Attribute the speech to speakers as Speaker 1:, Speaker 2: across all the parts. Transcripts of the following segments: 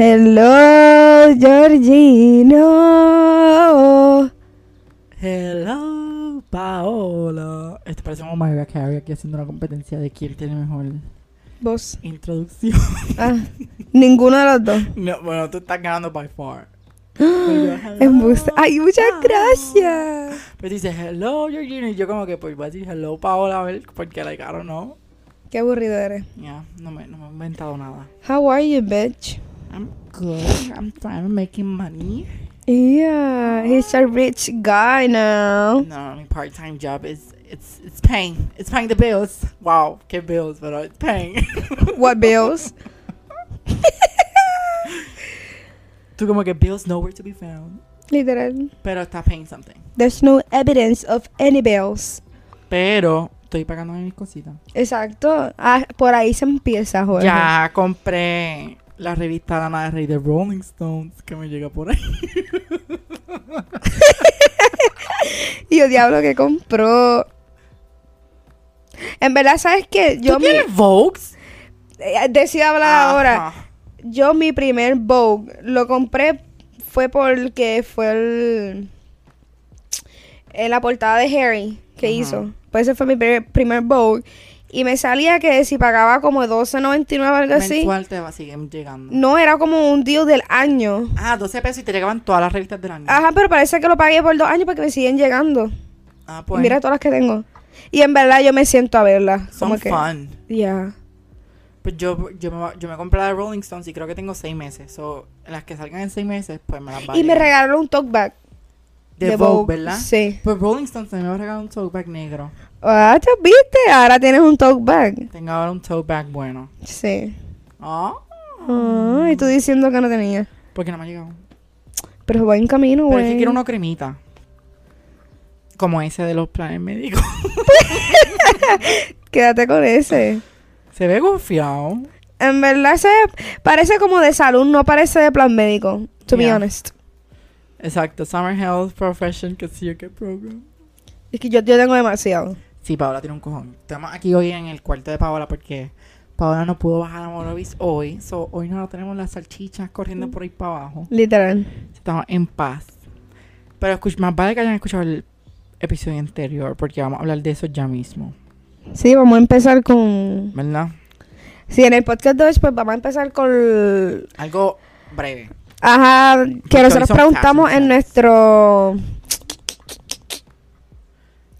Speaker 1: Hello, Georgino.
Speaker 2: Hello, Paola. Esto parece como Mariah Carey aquí haciendo una competencia de quién tiene mejor
Speaker 1: Vos.
Speaker 2: introducción.
Speaker 1: Ah, ninguno de los dos.
Speaker 2: No, bueno, tú estás ganando by far. Pero,
Speaker 1: Embuste. Ay, muchas
Speaker 2: Pao.
Speaker 1: gracias.
Speaker 2: Pero dice hello, Georgina. Y yo, como que, pues voy a decir hello, Paola, a ver, porque, like, I don't know.
Speaker 1: Qué aburrido eres.
Speaker 2: Ya, no, me, no me he inventado nada.
Speaker 1: How are you, bitch?
Speaker 2: I'm good. I'm trying to making money.
Speaker 1: Yeah, he's a rich guy now.
Speaker 2: No, mi part-time job is it's it's paying. It's paying the bills. Wow, qué bills, pero it's paying.
Speaker 1: What bills?
Speaker 2: Tú como que bills nowhere to be found,
Speaker 1: Literal.
Speaker 2: pero está paying something.
Speaker 1: There's no evidence of any bills.
Speaker 2: Pero estoy pagando mis cositas.
Speaker 1: Exacto. Ah, por ahí se empieza, Jorge.
Speaker 2: Ya compré la revista Lana de Rey de Rolling Stones que me llega por ahí.
Speaker 1: Y el diablo que compró. En verdad, ¿sabes qué? Yo
Speaker 2: ¿Tú
Speaker 1: mi,
Speaker 2: tienes Vogues?
Speaker 1: eh, decido hablar ahora.
Speaker 2: Ajá.
Speaker 1: Yo mi primer Vogue lo compré fue porque fue el, eh, la portada de Harry que
Speaker 2: Ajá.
Speaker 1: hizo. Pues ese fue mi primer, primer Vogue. Y me salía que si pagaba como $12.99 o algo así,
Speaker 2: Mensual te va a seguir llegando.
Speaker 1: no era como un deal del año.
Speaker 2: Ah, 12 pesos y te llegaban todas las revistas del año.
Speaker 1: Ajá, pero parece que lo pagué por dos años porque me siguen llegando.
Speaker 2: Ah,
Speaker 1: Y
Speaker 2: pues.
Speaker 1: Mira todas las que tengo. Y en verdad yo me siento a verlas.
Speaker 2: son
Speaker 1: Como que.
Speaker 2: fun.
Speaker 1: Ya.
Speaker 2: Pues yo, yo, me, yo me compré la de Rolling Stones y creo que tengo seis meses. So, las que salgan en seis meses, pues me las va a
Speaker 1: Y me
Speaker 2: llegar.
Speaker 1: regalaron un talkback.
Speaker 2: De Vogue, ¿verdad?
Speaker 1: Sí.
Speaker 2: Pues Rolling Stones me va a regalar un tote bag negro.
Speaker 1: Ah, te viste. Ahora tienes un talkback.
Speaker 2: Tengo ahora un tote bag bueno.
Speaker 1: Sí.
Speaker 2: Ah,
Speaker 1: Ah, y tú diciendo que no tenía.
Speaker 2: porque no me ha llegado.
Speaker 1: Pero va en camino,
Speaker 2: Pero
Speaker 1: güey.
Speaker 2: es que quiero uno cremita. Como ese de los planes médicos.
Speaker 1: Quédate con ese.
Speaker 2: Se ve gufiado.
Speaker 1: En verdad, ese parece como de salud, no parece de plan médico. To be
Speaker 2: Yeah.
Speaker 1: honest.
Speaker 2: Exacto, Summer Health Profession Consider Program.
Speaker 1: Es que yo, yo tengo demasiado.
Speaker 2: Sí, Paola tiene un cojón. Estamos aquí hoy en el cuarto de Paola porque Paola no pudo bajar a Morovis hoy. So, hoy no tenemos las salchichas corriendo por ahí para abajo.
Speaker 1: Literal.
Speaker 2: Estamos en paz. Pero escuch- más vale que hayan escuchado el episodio anterior porque vamos a hablar de eso ya mismo.
Speaker 1: Sí, vamos a empezar con.
Speaker 2: ¿Verdad?
Speaker 1: Sí, en el podcast 2, pues vamos a empezar con.
Speaker 2: Algo breve.
Speaker 1: Ajá, que nosotros
Speaker 2: son
Speaker 1: preguntamos
Speaker 2: fáciles.
Speaker 1: en nuestro.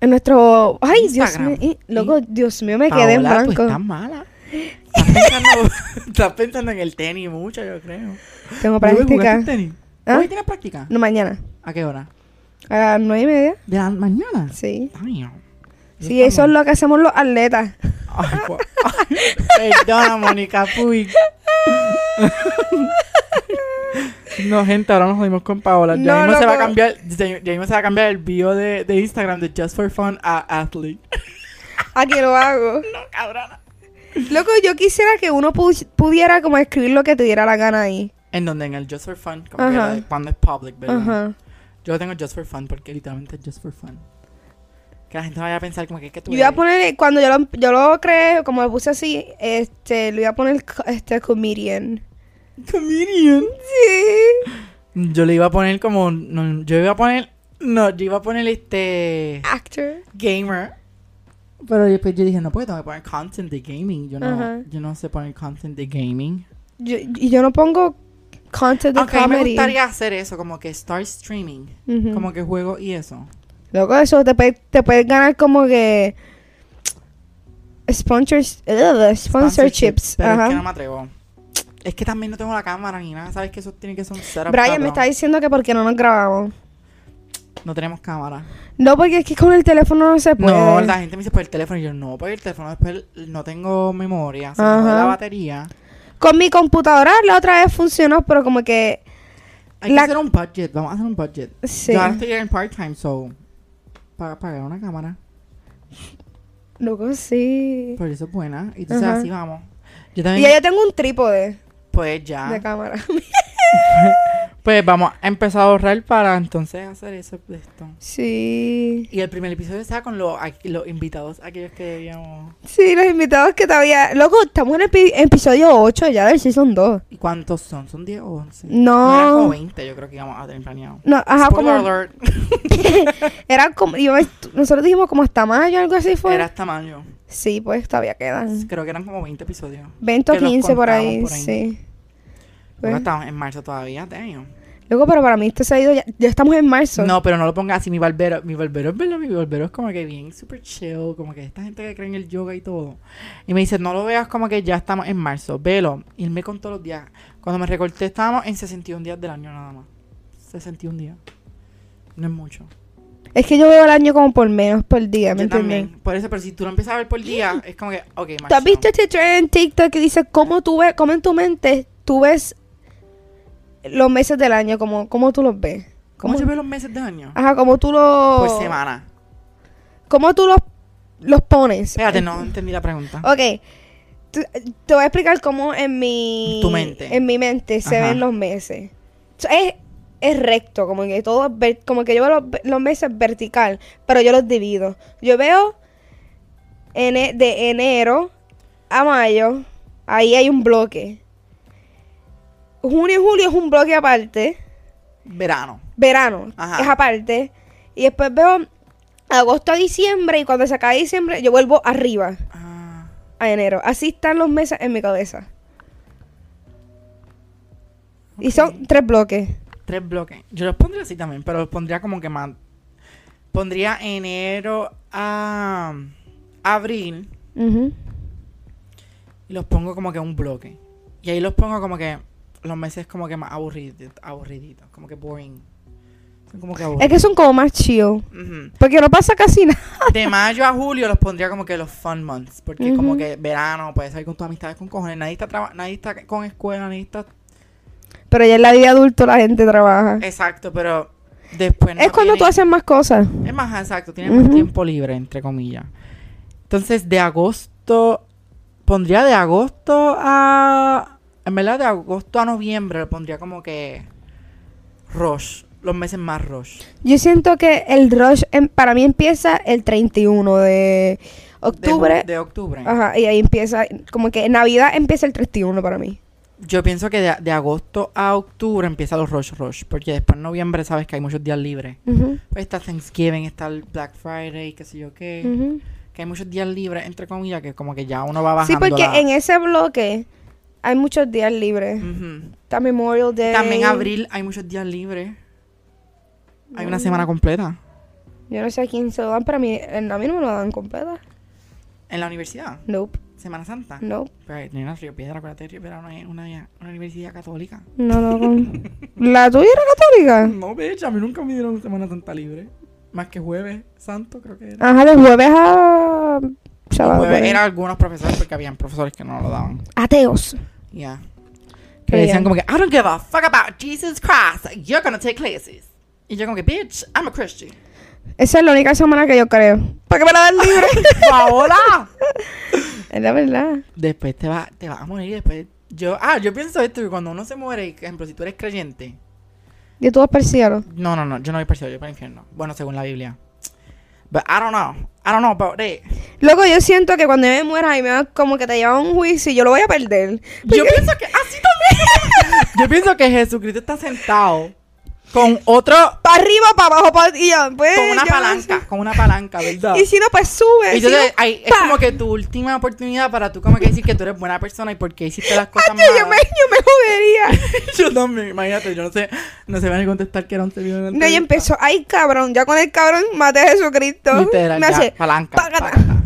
Speaker 1: En nuestro. Ay,
Speaker 2: Instagram.
Speaker 1: Dios mío. y- Loco, Dios mío, me
Speaker 2: Paola,
Speaker 1: quedé en
Speaker 2: tú
Speaker 1: blanco.
Speaker 2: estás mala. Estás pensando, estás pensando en el tenis mucho, yo creo.
Speaker 1: Tengo
Speaker 2: Rubén, ¿jugaste este-
Speaker 1: práctica.
Speaker 2: tenis?
Speaker 1: ¿Ah?
Speaker 2: ¿Hoy tienes práctica?
Speaker 1: No, mañana.
Speaker 2: ¿A qué hora?
Speaker 1: A las nueve y media.
Speaker 2: ¿De la mañana?
Speaker 1: Sí.
Speaker 2: Ay, no.
Speaker 1: Sí, eso es
Speaker 2: estamos-
Speaker 1: lo que hacemos los atletas.
Speaker 2: Ay, gua- Ay, Perdona, Mónica Puig. No, gente, ahora nos jodimos con Paola. Ya
Speaker 1: No,
Speaker 2: mismo se va a
Speaker 1: loco.
Speaker 2: cambiar, ya, ya mismo se va a cambiar el bio de, de Instagram de Just for Fun a Athlete.
Speaker 1: Aquí Ah, lo hago.
Speaker 2: No, cabrona.
Speaker 1: Loco, yo quisiera que uno pu- pudiera como escribir lo que te diera la gana ahí.
Speaker 2: En donde en el Just for Fun, como que
Speaker 1: Ajá.
Speaker 2: la de cuando es public, ¿verdad?
Speaker 1: Ajá.
Speaker 2: Yo lo tengo Just for Fun porque literalmente es Just for Fun. Que la gente vaya a pensar como que, que tú
Speaker 1: Yo iba a
Speaker 2: eres?
Speaker 1: poner, eh, cuando yo lo, yo lo creé, como lo puse así, este, lo iba a poner co- este comedian.
Speaker 2: Comedian.
Speaker 1: Sí.
Speaker 2: Yo le iba a poner como. No, yo iba a poner. No, yo iba a poner este.
Speaker 1: Actor.
Speaker 2: Gamer. Pero después yo dije, no, porque tengo que poner content de gaming. Yo no,
Speaker 1: Ajá.
Speaker 2: yo no sé poner content de gaming.
Speaker 1: Yo, y yo no pongo content de
Speaker 2: Aunque a mí me
Speaker 1: comedy. Mm.
Speaker 2: gustaría hacer eso, como que start streaming.
Speaker 1: Ujú.
Speaker 2: Como que juego y eso.
Speaker 1: Loco, eso te puede- te puedes ganar como que. Sponsors, ugh, sponsorships.
Speaker 2: Pero es que no
Speaker 1: Ajá.
Speaker 2: me atrevo. Es que también no tengo la cámara ni nada. Sabes que eso tiene que ser un setup.
Speaker 1: Brian me
Speaker 2: cabrón.
Speaker 1: está diciendo que porque no nos grabamos.
Speaker 2: No tenemos cámara.
Speaker 1: No, porque es que con el teléfono no se puede.
Speaker 2: No, la gente me dice por el teléfono. Y yo, no, por el teléfono después no tengo memoria. Se me va
Speaker 1: Ajá.
Speaker 2: la batería.
Speaker 1: Con mi computadora la otra vez funcionó, pero como que.
Speaker 2: Hay
Speaker 1: La-
Speaker 2: que hacer un budget. Vamos a hacer un budget.
Speaker 1: Sí.
Speaker 2: Yo ahora estoy en part-time, so... Para pagar una cámara.
Speaker 1: Loco, sí.
Speaker 2: Por eso es buena. Y entonces
Speaker 1: Ajá.
Speaker 2: así vamos.
Speaker 1: Y
Speaker 2: Yo también...
Speaker 1: ya yo tengo un trípode
Speaker 2: Pues
Speaker 1: de
Speaker 2: ya.
Speaker 1: cámara.
Speaker 2: Pues vamos a empezar a ahorrar para entonces hacer eso de esto.
Speaker 1: Sí.
Speaker 2: Y el primer episodio estaba con los, aquí- los invitados, aquellos que debíamos...
Speaker 1: Sí, los invitados que todavía. Loco, estamos en el epi- episodio 8 ya del season 2.
Speaker 2: ¿Y cuántos son? ¿Son 10 o 11?
Speaker 1: No.
Speaker 2: eran como 20, yo creo que íbamos a tener planeado.
Speaker 1: No, ajá,
Speaker 2: Spoiler
Speaker 1: como.
Speaker 2: alert.
Speaker 1: Era como. iba- nosotros dijimos como hasta mayo, algo así fue.
Speaker 2: Era hasta mayo.
Speaker 1: Sí, pues todavía quedan.
Speaker 2: Creo que eran como 20 episodios.
Speaker 1: 20 o
Speaker 2: que los
Speaker 1: 15 por
Speaker 2: contamos
Speaker 1: ahí,
Speaker 2: por ahí.
Speaker 1: sí.
Speaker 2: Porque
Speaker 1: Pues,
Speaker 2: estamos en marzo todavía, damn.
Speaker 1: loco, pero para mí esto se ha ido ya. Ya estamos en marzo.
Speaker 2: No, pero no lo pongas así. Mi barbero, mi barbero es verdad, mi barbero es como que bien super chill, como que esta gente que cree en el yoga y todo. Y me dice, no lo veas como que ya estamos en marzo, velo. Y él me contó los días. Cuando me recorté estábamos en 61 días del año nada más. 61 días. No es mucho.
Speaker 1: Es que yo veo el año como por menos por día, ¿me
Speaker 2: Yo
Speaker 1: entiendes?
Speaker 2: también. Por eso, pero si tú lo empiezas a ver por día, es como que, ok, marzo.
Speaker 1: ¿Tú has visto este trend en TikTok que dice cómo tú ves, cómo en tu mente tú ves los meses del año, cómo, cómo tú los ves? ¿Cómo-
Speaker 2: ¿Cómo Pues
Speaker 1: Ah, oh.
Speaker 2: yo veo los meses de año?
Speaker 1: Ajá, cómo tú los...
Speaker 2: Por semana.
Speaker 1: ¿Cómo tú los, los pones?
Speaker 2: Espérate, no entendí la pregunta.
Speaker 1: Ok. Tú- Te voy a explicar cómo en mi...
Speaker 2: Tu mente.
Speaker 1: En mi mente se
Speaker 2: Ajá.
Speaker 1: ven los meses. O sea, es, es recto, como que todo... es ver- Como que yo veo los, los meses vertical, pero yo los divido. Yo veo ene- de enero a mayo, ahí hay un bloque. Junio y julio es un bloque aparte
Speaker 2: Verano.
Speaker 1: verano
Speaker 2: Ajá.
Speaker 1: es aparte y después veo agosto a diciembre y cuando se acaba diciembre yo vuelvo arriba
Speaker 2: Ah,
Speaker 1: a enero así están los meses en mi cabeza y
Speaker 2: ok.
Speaker 1: son tres bloques
Speaker 2: Tres bloques. Yo los pondría así también, pero los pondría como que más. Pondría enero a abril
Speaker 1: Ujú.
Speaker 2: y los pongo como que un bloque. Y ahí los pongo como que los meses como que más aburriditos, aburriditos como que boring. Son como que
Speaker 1: es
Speaker 2: aburridos.
Speaker 1: que son como más chill
Speaker 2: Ujú.
Speaker 1: porque no pasa casi nada
Speaker 2: De mayo a julio los pondría como que los fun months, porque como
Speaker 1: Ujú.
Speaker 2: que verano, puedes salir con tus amistades con cojones, nadie está, traba- nadie está con escuela, nadie está...
Speaker 1: pero ya en la vida adulta la gente trabaja
Speaker 2: Exacto, pero después... no Em
Speaker 1: es cuando tú
Speaker 2: tienes-
Speaker 1: haces más cosas
Speaker 2: Es más exacto, tienes más
Speaker 1: Ujú.
Speaker 2: tiempo libre, entre comillas. Entonces, de agosto, pondría de agosto a... En verdad, de agosto a noviembre lo pondría como que... Rush, los meses más rush.
Speaker 1: yo siento que el rush em- para mí empieza el 31 de
Speaker 2: De ju-
Speaker 1: octubre
Speaker 2: De, octubre.
Speaker 1: ajá y ahí empieza como que navidad empieza el 31 para mí
Speaker 2: Yo pienso que de, de agosto a octubre empieza los rush rush, porque después en noviembre sabes que hay muchos días libres.
Speaker 1: Ujú,
Speaker 2: Pues está Thanksgiving, está el Black Friday, qué sé yo qué.
Speaker 1: ujú.
Speaker 2: Que hay muchos días libres, entre comillas, que como que ya uno va
Speaker 1: Sí,
Speaker 2: bajando
Speaker 1: porque
Speaker 2: la-
Speaker 1: en ese bloque hay muchos días libres.
Speaker 2: Ujú.
Speaker 1: Está Memorial Day.
Speaker 2: También abril hay muchos días libres. Hay una semana completa.
Speaker 1: Yo no sé a quién se lo dan, pero a mí, a mí no me lo dan completa.
Speaker 2: En la universidad.
Speaker 1: Nope,
Speaker 2: Semana Santa.
Speaker 1: nope.
Speaker 2: Pero ni una Río Piedra, acuérdate, Río Piedra no es una, una universidad católica.
Speaker 1: No, no. con- ¿La tuya era católica?
Speaker 2: No, bitch, a mí nunca me dieron Semana Santa libre. Más que jueves santo, creo que era.
Speaker 1: Ajá, de jueves a Ah, sábado.
Speaker 2: Jueves
Speaker 1: por ahí.
Speaker 2: era algunos profesores porque habían profesores que no lo daban.
Speaker 1: Ateos.
Speaker 2: Ya. Que
Speaker 1: Pero
Speaker 2: decían
Speaker 1: ya.
Speaker 2: como que, I don't give a fuck about Jesus Christ. You're gonna take classes. Y yo como que, bitch, I'm a Christian.
Speaker 1: Esa es la única semana que yo creo. ¿Para qué me la dan libre?
Speaker 2: ¡Paola!
Speaker 1: es la verdad.
Speaker 2: después te va, te vas a morir después. Yo, ah, yo pienso esto, que cuando uno se muere, y, por ejemplo, si tú eres creyente.
Speaker 1: Yo tuve persiano.
Speaker 2: No, no, no, yo no voy para el cielo, yo para el infierno. Bueno, según la Biblia. But I don't know. I don't know about that.
Speaker 1: Loco, yo siento que cuando yo me muera y me va como que te llevan a un juicio y yo lo voy a perder.
Speaker 2: Yo pienso que así también. yo pienso que Jesucristo está sentado con otro
Speaker 1: Para arriba, para abajo, para... Y yo, pues,
Speaker 2: con una
Speaker 1: yo no
Speaker 2: palanca, con una palanca, ¿verdad?
Speaker 1: sé. Y si no, pues sube.
Speaker 2: Y
Speaker 1: si no,
Speaker 2: entonces ahí es
Speaker 1: pa.
Speaker 2: como que tu última oportunidad para tú como que decir que tú eres buena persona y porque hiciste las cosas
Speaker 1: Yo, yo me,
Speaker 2: malas.
Speaker 1: yo me jodería.
Speaker 2: Yo también, imagínate, yo no sé, no se van a contestar que era un servidor. de
Speaker 1: No, y
Speaker 2: entrevista.
Speaker 1: empezó, ay cabrón, ya con el cabrón maté a Jesucristo.
Speaker 2: ah. Literal,
Speaker 1: me
Speaker 2: ya, Ah.
Speaker 1: hace,
Speaker 2: palanca.
Speaker 1: págata.
Speaker 2: págata.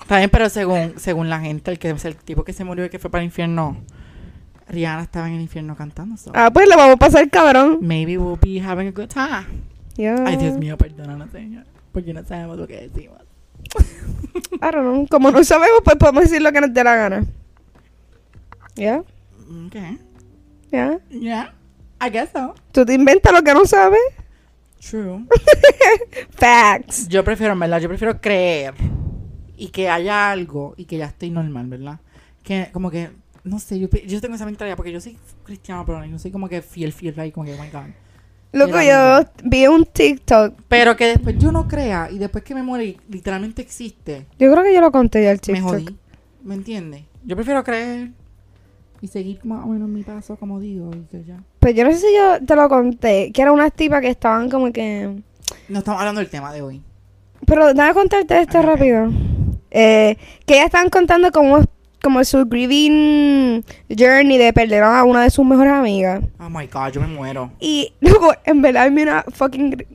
Speaker 2: Está bien, pero según, según la gente, el, que, el tipo que se murió y que fue para el infierno, Rihanna estaba en el infierno cantando. so.
Speaker 1: Ah, pues le vamos a pasar cabrón.
Speaker 2: Maybe we'll be having a good time.
Speaker 1: Ya.
Speaker 2: Ay, Dios mío, perdónanos, señor. Porque no sabemos lo que decimos.
Speaker 1: I don't know, Como "Ah, no sabemos, pues podemos decir lo que nos dé la gana. Ya,
Speaker 2: Okay.
Speaker 1: ya.
Speaker 2: Yeah, I guess so.
Speaker 1: Tú te inventas lo que no sabes.
Speaker 2: True.
Speaker 1: Facts.
Speaker 2: Yo prefiero, en ¿verdad? Yo prefiero creer y que haya algo y que ya estoy normal, ¿verdad? Que como que no sé, yo, pe- yo tengo esa mentalidad porque yo soy cristiano, pero yo soy como que fiel, fiel, ahí, como que, oh my God.
Speaker 1: Loco,
Speaker 2: Mira,
Speaker 1: yo vi un TikTok.
Speaker 2: Pero que después yo no crea y después que me muere literalmente existe,
Speaker 1: Yo creo que yo lo conté ya el TikTok.
Speaker 2: me jodí. ¿Me entiendes? Yo prefiero creer y seguir más o menos mi paso, como digo, y que ya.
Speaker 1: Pero Pues yo no sé si yo te lo conté, que era unas tipas que estaban como que...
Speaker 2: No estamos hablando del tema de hoy.
Speaker 1: Pero déjame contarte esto
Speaker 2: Ah, ok.
Speaker 1: rápido. Eh, que ellas estaban contando como, como su grieving journey de perder a una de sus mejores amigas.
Speaker 2: Oh my God, yo me muero.
Speaker 1: Y luego, en verdad, a mí una fucking... gr-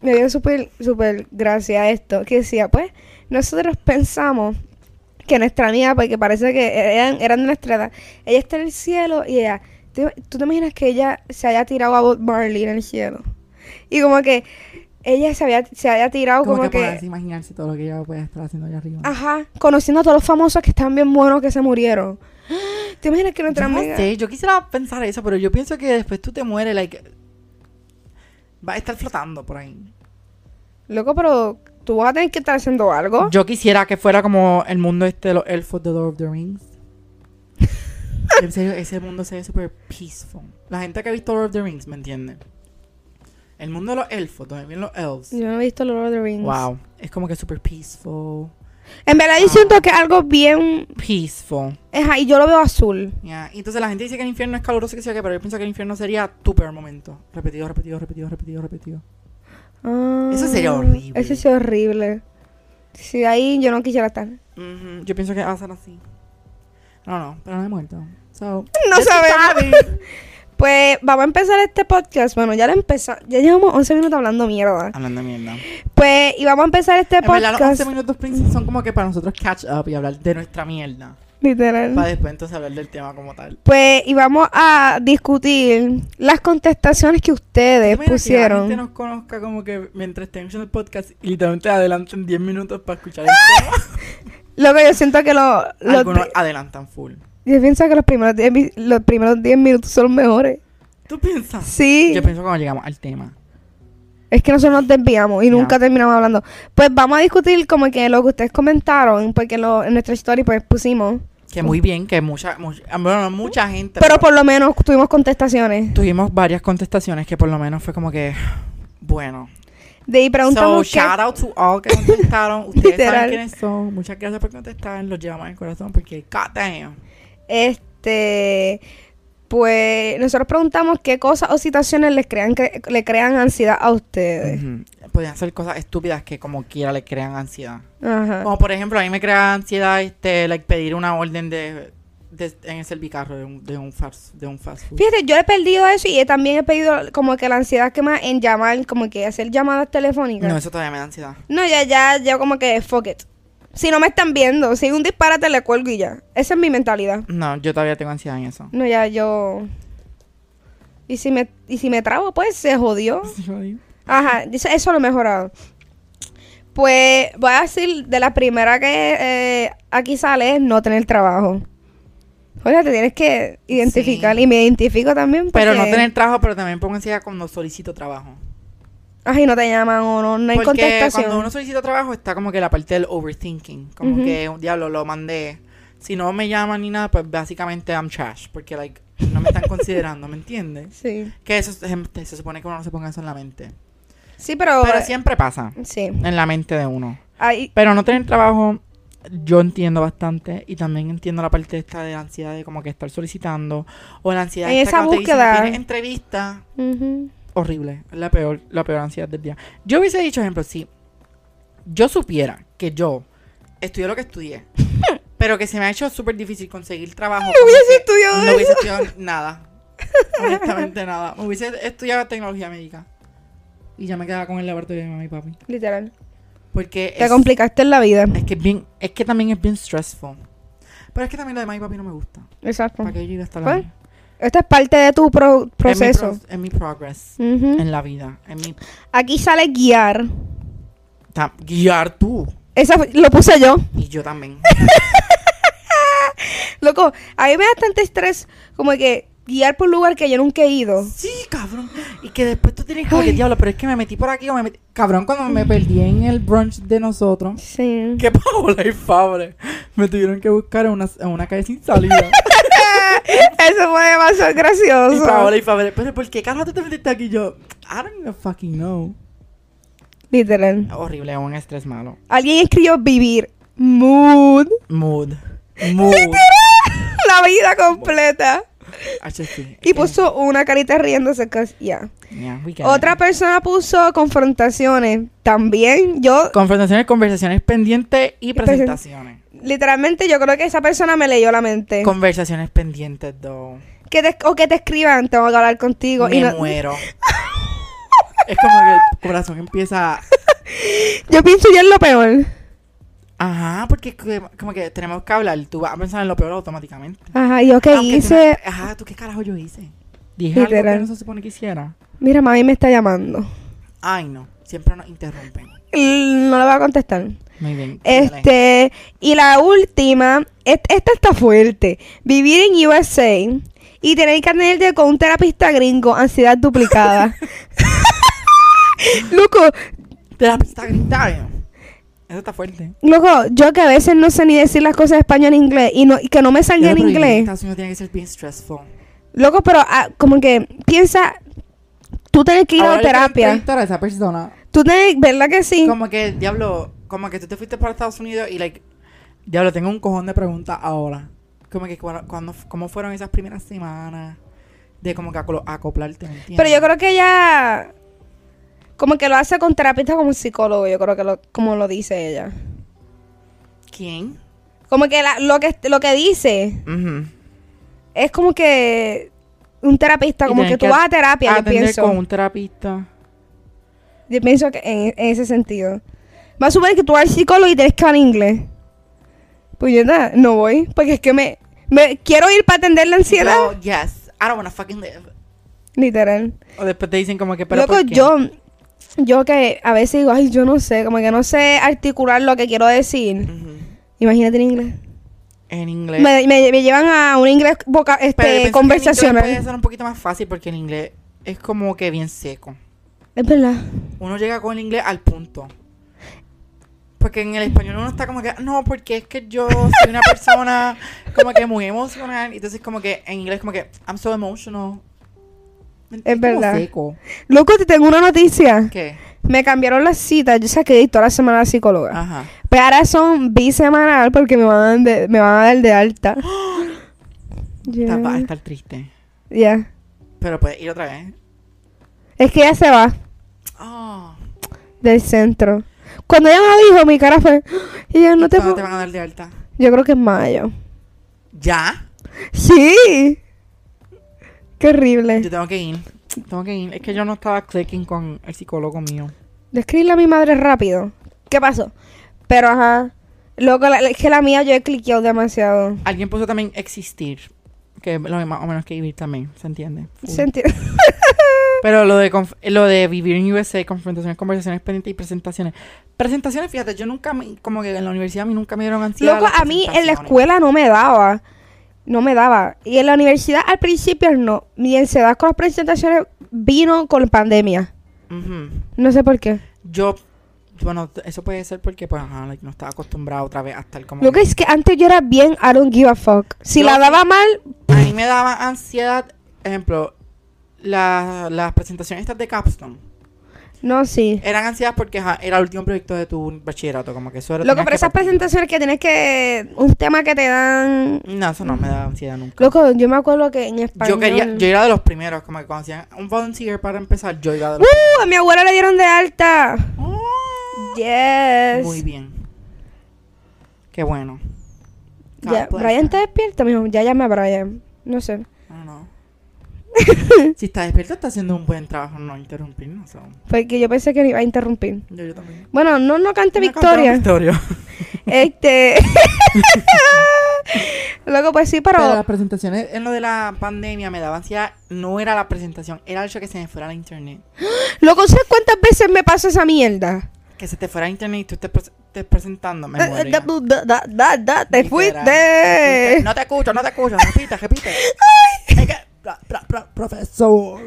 Speaker 1: Me dio súper, súper gracia esto. Que decía, pues, nosotros pensamos que nuestra amiga, porque parece que e-, eran, eran de nuestra edad, ella está en el cielo y ella... ¿te- ¿Tú te imaginas que ella se haya tirado a Bob Marley en el cielo? Y como que ella se, había, se haya tirado
Speaker 2: Como,
Speaker 1: Oh, como,
Speaker 2: que,
Speaker 1: que...
Speaker 2: puedas imaginarse todo lo que ella puede estar haciendo allá arriba.
Speaker 1: Ajá, conociendo a todos los famosos que están bien buenos que se murieron. ¿Te imaginas que nuestra
Speaker 2: yo no
Speaker 1: amiga...
Speaker 2: sé, yo quisiera pensar eso, pero yo pienso que después tú te mueres, like, va a estar flotando por ahí.
Speaker 1: Loco, pero tú vas a tener que estar haciendo algo.
Speaker 2: Yo quisiera que fuera como el mundo este de los elfos de Lord of the Rings. en serio, ese mundo se ve súper peaceful. La gente que ha visto Lord of the Rings, ¿me entiende? El mundo de los elfos, donde vienen los elves.
Speaker 1: Yo no he visto Lord of the Rings.
Speaker 2: Wow, es como que súper peaceful.
Speaker 1: En verdad yo siento que algo bien...
Speaker 2: Peaceful.
Speaker 1: Es ahí, yo lo veo azul.
Speaker 2: Ya, Y entonces la gente dice que el infierno es caluroso, que sea que, pero yo pienso que el infierno sería tu peor momento. Repetido, repetido, repetido, repetido, repetido.
Speaker 1: Ah,
Speaker 2: Eso sería horrible.
Speaker 1: Eso sería horrible. Si ahí yo no quisiera estar. No
Speaker 2: Ujú, Yo pienso que va a ser así. No, no, pero no he muerto. So,
Speaker 1: sabemos. pues vamos a empezar este podcast. Bueno, ya lo empezamos. Ya llevamos 11 minutos hablando mierda.
Speaker 2: hablando mierda.
Speaker 1: Pues, y vamos a empezar este
Speaker 2: Ah. En verdad, los 11
Speaker 1: podcast.
Speaker 2: minutos principales son como que para nosotros catch up y hablar de nuestra mierda.
Speaker 1: Literal.
Speaker 2: Para después entonces hablar del tema como tal.
Speaker 1: Pues, y vamos a discutir las contestaciones que ustedes
Speaker 2: Mira,
Speaker 1: pusieron.
Speaker 2: Que la gente nos conozca como que mientras estén escuchando el podcast y literalmente adelantan 10 minutos para escuchar el tema.
Speaker 1: Lo que yo siento que lo, los-
Speaker 2: Algunos adelantan full.
Speaker 1: Yo pienso que los primeros 10 mi- los primeros 10 minutos son los mejores.
Speaker 2: ¿Tú piensas?
Speaker 1: Sí.
Speaker 2: Ah, Yo pienso cuando llegamos al tema.
Speaker 1: Es que nosotros nos desviamos y
Speaker 2: Ya.
Speaker 1: nunca terminamos hablando. Pues vamos a discutir como que lo que ustedes comentaron, porque lo, en nuestra historia pues pusimos.
Speaker 2: Que muy bien, que mucha, mucha, bueno, no mucha gente.
Speaker 1: Pero por lo menos tuvimos contestaciones.
Speaker 2: tuvimos varias contestaciones que por lo menos fue como que, bueno.
Speaker 1: De ahí
Speaker 2: So,
Speaker 1: preguntamos qué-
Speaker 2: shout out to all que contestaron. Ustedes
Speaker 1: Literal.
Speaker 2: saben quiénes son. Muchas gracias por contestar. Los llevamos en el corazón porque, god damn.
Speaker 1: este pues nosotros preguntamos qué cosas o situaciones les crean cre- le crean ansiedad a ustedes.
Speaker 2: Ujú. Podían hacer cosas estúpidas que como quiera le crean ansiedad.
Speaker 1: Ajá.
Speaker 2: Como por ejemplo, a mí me crea ansiedad este, like, pedir una orden de, de- en el servicarro de un, de, un fast, de un fast food.
Speaker 1: Fíjate, yo he perdido eso y he- también he pedido como que la ansiedad que me da en llamar, como que hacer llamadas telefónicas.
Speaker 2: No, eso todavía me da ansiedad.
Speaker 1: No, ya, ya, ya como que fuck it. Si no me están viendo, si hay un disparate le cuelgo y ya. Esa es mi mentalidad.
Speaker 2: No, yo todavía tengo ansiedad en eso.
Speaker 1: No, ya yo. Y si me, y si me trabo, pues se jodió. Ajá, eso, eso lo he mejorado. Pues voy a decir de la primera que eh, aquí sale es no tener trabajo. Oye, te tienes que identificar
Speaker 2: Sí.
Speaker 1: y me identifico también.
Speaker 2: Pero no
Speaker 1: porque-
Speaker 2: tener trabajo, pero también pongo ansiedad cuando solicito trabajo.
Speaker 1: Ay, no te llaman o no, no hay
Speaker 2: Porque
Speaker 1: contestación.
Speaker 2: cuando uno solicita trabajo está como que la parte del overthinking. Como
Speaker 1: Ujú.
Speaker 2: que, diablo, lo mandé. Si no me llaman ni nada, pues básicamente I'm trash. Porque, like, no me están considerando, ¿me entiendes?
Speaker 1: Sí.
Speaker 2: Que eso es- em, se supone que uno no se ponga eso en la mente.
Speaker 1: Sí, pero.
Speaker 2: Pero siempre pasa
Speaker 1: Sí.
Speaker 2: en la mente de uno.
Speaker 1: Ahí,
Speaker 2: Pero no tener trabajo, yo entiendo bastante. Y también entiendo la parte esta de la ansiedad de como que estar solicitando. O la ansiedad
Speaker 1: En
Speaker 2: esta
Speaker 1: esa
Speaker 2: cuando te dicen,
Speaker 1: búsqueda.
Speaker 2: "Tienes entrevista.
Speaker 1: Ujú.
Speaker 2: horrible. La peor, la peor ansiedad del día. Yo hubiese dicho, ejemplo, si yo supiera que yo estudié lo que estudié, pero que se me ha hecho súper difícil conseguir trabajo. como
Speaker 1: hubiese
Speaker 2: que
Speaker 1: estudiado
Speaker 2: No hubiese estudiado nada. Honestamente nada. Me hubiese estudiado tecnología médica. Y ya me quedaba con el laboratorio de mi mamá y papi.
Speaker 1: Literal.
Speaker 2: Porque
Speaker 1: Te
Speaker 2: es,
Speaker 1: complicaste en la vida.
Speaker 2: es que es bien, es que también es bien stressful. Pero es que también lo de mamá y papi no me gusta.
Speaker 1: Exacto.
Speaker 2: ¿Para qué yo iba a estar
Speaker 1: Pues,
Speaker 2: ahí? Es
Speaker 1: Esta es parte de tu pro-
Speaker 2: mi
Speaker 1: proceso. ¿Mm?
Speaker 2: pro- Es mi progress.
Speaker 1: Ujú.
Speaker 2: En la vida. En mi
Speaker 1: Aquí sale guiar.
Speaker 2: ta- guiar tú.
Speaker 1: Esa fue- lo puse yo.
Speaker 2: Y yo también.
Speaker 1: Loco, a mí me da bastante estrés como que guiar por un lugar que yo nunca he ido.
Speaker 2: Sí, cabrón. Y que después tú tienes como que diablo, pero es que me metí por aquí o me metí. Cabrón, cuando me perdí en el brunch de nosotros.
Speaker 1: Sí.
Speaker 2: Que Paola y Fabre me tuvieron que buscar en una, en una calle sin salida.
Speaker 1: Eso fue demasiado gracioso.
Speaker 2: Y Paola y Paola, pero ¿por qué carajo tú te metiste aquí? Y yo, I don't even fucking know.
Speaker 1: Literal.
Speaker 2: Horrible, un estrés malo.
Speaker 1: Alguien escribió vivir. Mood.
Speaker 2: Mood. Mood.
Speaker 1: La vida completa.
Speaker 2: HC.
Speaker 1: Y puso una carita riéndose. cos- Ya.
Speaker 2: Eh, Yeah, we get it.
Speaker 1: Otra persona puso confrontaciones. También yo,
Speaker 2: Confrontaciones, conversaciones pendientes y
Speaker 1: presen-
Speaker 2: presentaciones.
Speaker 1: literalmente, yo creo que esa persona me leyó la mente.
Speaker 2: Conversaciones pendientes, though.
Speaker 1: Que te- o que te escriban, tengo que hablar contigo.
Speaker 2: Me
Speaker 1: y no-
Speaker 2: muero. es como que el corazón empieza.
Speaker 1: Yo pienso ya en lo peor.
Speaker 2: Ajá, porque es que- como que tenemos que hablar. Tú vas a pensar en lo peor automáticamente.
Speaker 1: Ajá, yo qué
Speaker 2: Aunque tú
Speaker 1: hice.
Speaker 2: no- ajá, ¿tú qué carajo yo hice? Dije algo que
Speaker 1: Literal.
Speaker 2: no se supone que hiciera.
Speaker 1: Mira, mami me está llamando.
Speaker 2: Ay, no. Siempre nos interrumpen.
Speaker 1: L- No la voy a contestar.
Speaker 2: Muy bien. síguele.
Speaker 1: Este, y la última, et- esta está fuerte. Vivir en USA y tener que atenderte con un terapista gringo, ansiedad duplicada. loco,
Speaker 2: Terapista gritario. Eso está fuerte.
Speaker 1: loco, yo que a veces no sé ni decir las cosas en español en inglés y, no, y que no me salga
Speaker 2: Pero
Speaker 1: en
Speaker 2: vivir en
Speaker 1: inglés.
Speaker 2: Estados Unidos tiene que ser bien stressful.
Speaker 1: Loco, pero ah, como que piensa, tú tenés que ir
Speaker 2: Ahora
Speaker 1: a
Speaker 2: le quiero
Speaker 1: terapia.
Speaker 2: entrevistar a esa persona.
Speaker 1: Tú tenés, ¿verdad que sí?
Speaker 2: Como que, diablo, como que tú te fuiste para Estados Unidos y, like, diablo, tengo un cojón de preguntas ahora. Como que, cuando, cuando- ¿cómo fueron esas primeras semanas? De como que aclo- acoplarte, ¿me entiendes?
Speaker 1: Pero yo creo que ella como que lo hace con terapista como psicólogo, yo creo que lo, como lo dice ella.
Speaker 2: ¿Quién?
Speaker 1: Como que la- lo que lo que dice
Speaker 2: Ujú.
Speaker 1: es como que un terapista,
Speaker 2: Y
Speaker 1: como
Speaker 2: tenés
Speaker 1: que tú
Speaker 2: que
Speaker 1: vas a terapia, yo
Speaker 2: Atender
Speaker 1: pienso.
Speaker 2: con un terapista.
Speaker 1: Yo pienso que en, en ese sentido. Va a suponer que tú vas al psicólogo y tienes que hablar inglés. Pues yo nada, no voy, porque es que me, me- quiero ir para atender la ansiedad.
Speaker 2: Yo, yes, I don't wanna fucking live.
Speaker 1: Literal.
Speaker 2: O después te dicen como que, pero
Speaker 1: Loco,
Speaker 2: ¿por qué?
Speaker 1: yo, yo que a veces digo, ay, yo no sé, como que no sé articular lo que quiero decir.
Speaker 2: Ujú.
Speaker 1: Imagínate en inglés.
Speaker 2: En inglés.
Speaker 1: Me, me- me llevan a un inglés voca-
Speaker 2: Pero yo
Speaker 1: este,
Speaker 2: pienso que en inglés
Speaker 1: conversacional.
Speaker 2: puede ser un poquito más fácil porque el inglés es como que bien seco.
Speaker 1: Es verdad.
Speaker 2: Uno llega con el inglés al punto. Porque en el español uno está como que, no, porque es que yo soy una persona como que muy emocional. Y Entonces como que en inglés como que, I'm so emotional.
Speaker 1: Es
Speaker 2: como
Speaker 1: verdad.
Speaker 2: seco.
Speaker 1: Loco, te tengo una noticia.
Speaker 2: ¿Qué?
Speaker 1: Me cambiaron las citas. Yo saqué toda la semana la psicóloga.
Speaker 2: Ajá.
Speaker 1: Pero ahora son bisemanal porque me van, de- me van a dar de alta. Ya.
Speaker 2: Está, va a estar triste.
Speaker 1: Ya.
Speaker 2: Pero puedes ir otra vez.
Speaker 1: Es que ella se va
Speaker 2: Ah.
Speaker 1: del centro. Cuando ella me lo dijo, mi cara fue. Y yo no te,
Speaker 2: ¿Cuándo
Speaker 1: pu-
Speaker 2: te van a dar de alta?
Speaker 1: Yo creo que es mayo.
Speaker 2: ¿Ya?
Speaker 1: Sí. Qué horrible.
Speaker 2: Yo tengo que ir. Tengo que ir. Es que yo no estaba clicking con el psicólogo mío.
Speaker 1: Describirle a mi madre rápido. ¿Qué pasó? Pero ajá. Loco, la- es que la mía yo he cliqueado demasiado.
Speaker 2: Alguien puso también existir. Que es lo mismo o menos que vivir también, ¿se entiende? Full.
Speaker 1: ¿Se entiende?
Speaker 2: Pero lo de, conf- lo de vivir en USA, confrontaciones, conversaciones pendientes y presentaciones. Presentaciones, fíjate, yo nunca, me- como que en la universidad a mí nunca me dieron ansiedad.
Speaker 1: Loco,
Speaker 2: las
Speaker 1: a mí en la
Speaker 2: presentaciones.
Speaker 1: escuela no me daba. No me daba. Y en la universidad al principio no. Mi ansiedad con las presentaciones vino con la pandemia.
Speaker 2: Ujú.
Speaker 1: No sé por qué.
Speaker 2: Yo, bueno, t- eso puede ser porque, pues, ajá, like, no estaba acostumbrada otra vez a estar como.
Speaker 1: Lo que es que antes yo era bien, I don't give a fuck. Si
Speaker 2: Yo
Speaker 1: la
Speaker 2: sí.
Speaker 1: daba mal,
Speaker 2: A mí me daba ansiedad, ejemplo, la- las presentaciones estas de Capstone.
Speaker 1: no, sí.
Speaker 2: Eran ansiedad porque ajá, era el último proyecto de tu bachillerato, como que eso era.
Speaker 1: Loco,
Speaker 2: tenías
Speaker 1: pero esas
Speaker 2: partir.
Speaker 1: presentaciones que tienes que. Un tema que te dan.
Speaker 2: No, eso no me da ansiedad nunca.
Speaker 1: Loco, yo me acuerdo que en español.
Speaker 2: Yo quería, yo era de los primeros, como que cuando hacían un volunteer para empezar, yo era de los
Speaker 1: ¡Uh! A mi abuela le dieron de alta.
Speaker 2: primeros. Mm,
Speaker 1: Yes.
Speaker 2: Muy bien. Qué bueno.
Speaker 1: Ya,
Speaker 2: God bless
Speaker 1: Brian está
Speaker 2: her.
Speaker 1: despierto, mijo. Ya llama a Brian. No sé.
Speaker 2: No, no. si está despierto, está haciendo un buen trabajo no interrumpirnos. so.
Speaker 1: Porque yo pensé que me iba a interrumpir.
Speaker 2: Yo, yo también.
Speaker 1: Bueno, no, no cante
Speaker 2: Me
Speaker 1: Victoria.
Speaker 2: encantó Victoria.
Speaker 1: Este. Loco, pues sí, pero.
Speaker 2: Pero las presentaciones en lo de la pandemia me daba ansiedad. No era la presentación, era el hecho que se me fuera la internet.
Speaker 1: Loco, ¿sabes cuántas veces me pasa esa mierda?
Speaker 2: Que se te fuera la internet y tú estés, pre- estés presentando. Me
Speaker 1: Da-
Speaker 2: moría.
Speaker 1: da- da- da- da- da- ¡Te
Speaker 2: Literal.
Speaker 1: fuiste!
Speaker 2: No te escucho, no te escucho. Repite, repite. Es que- pra- pra- pra- profesor.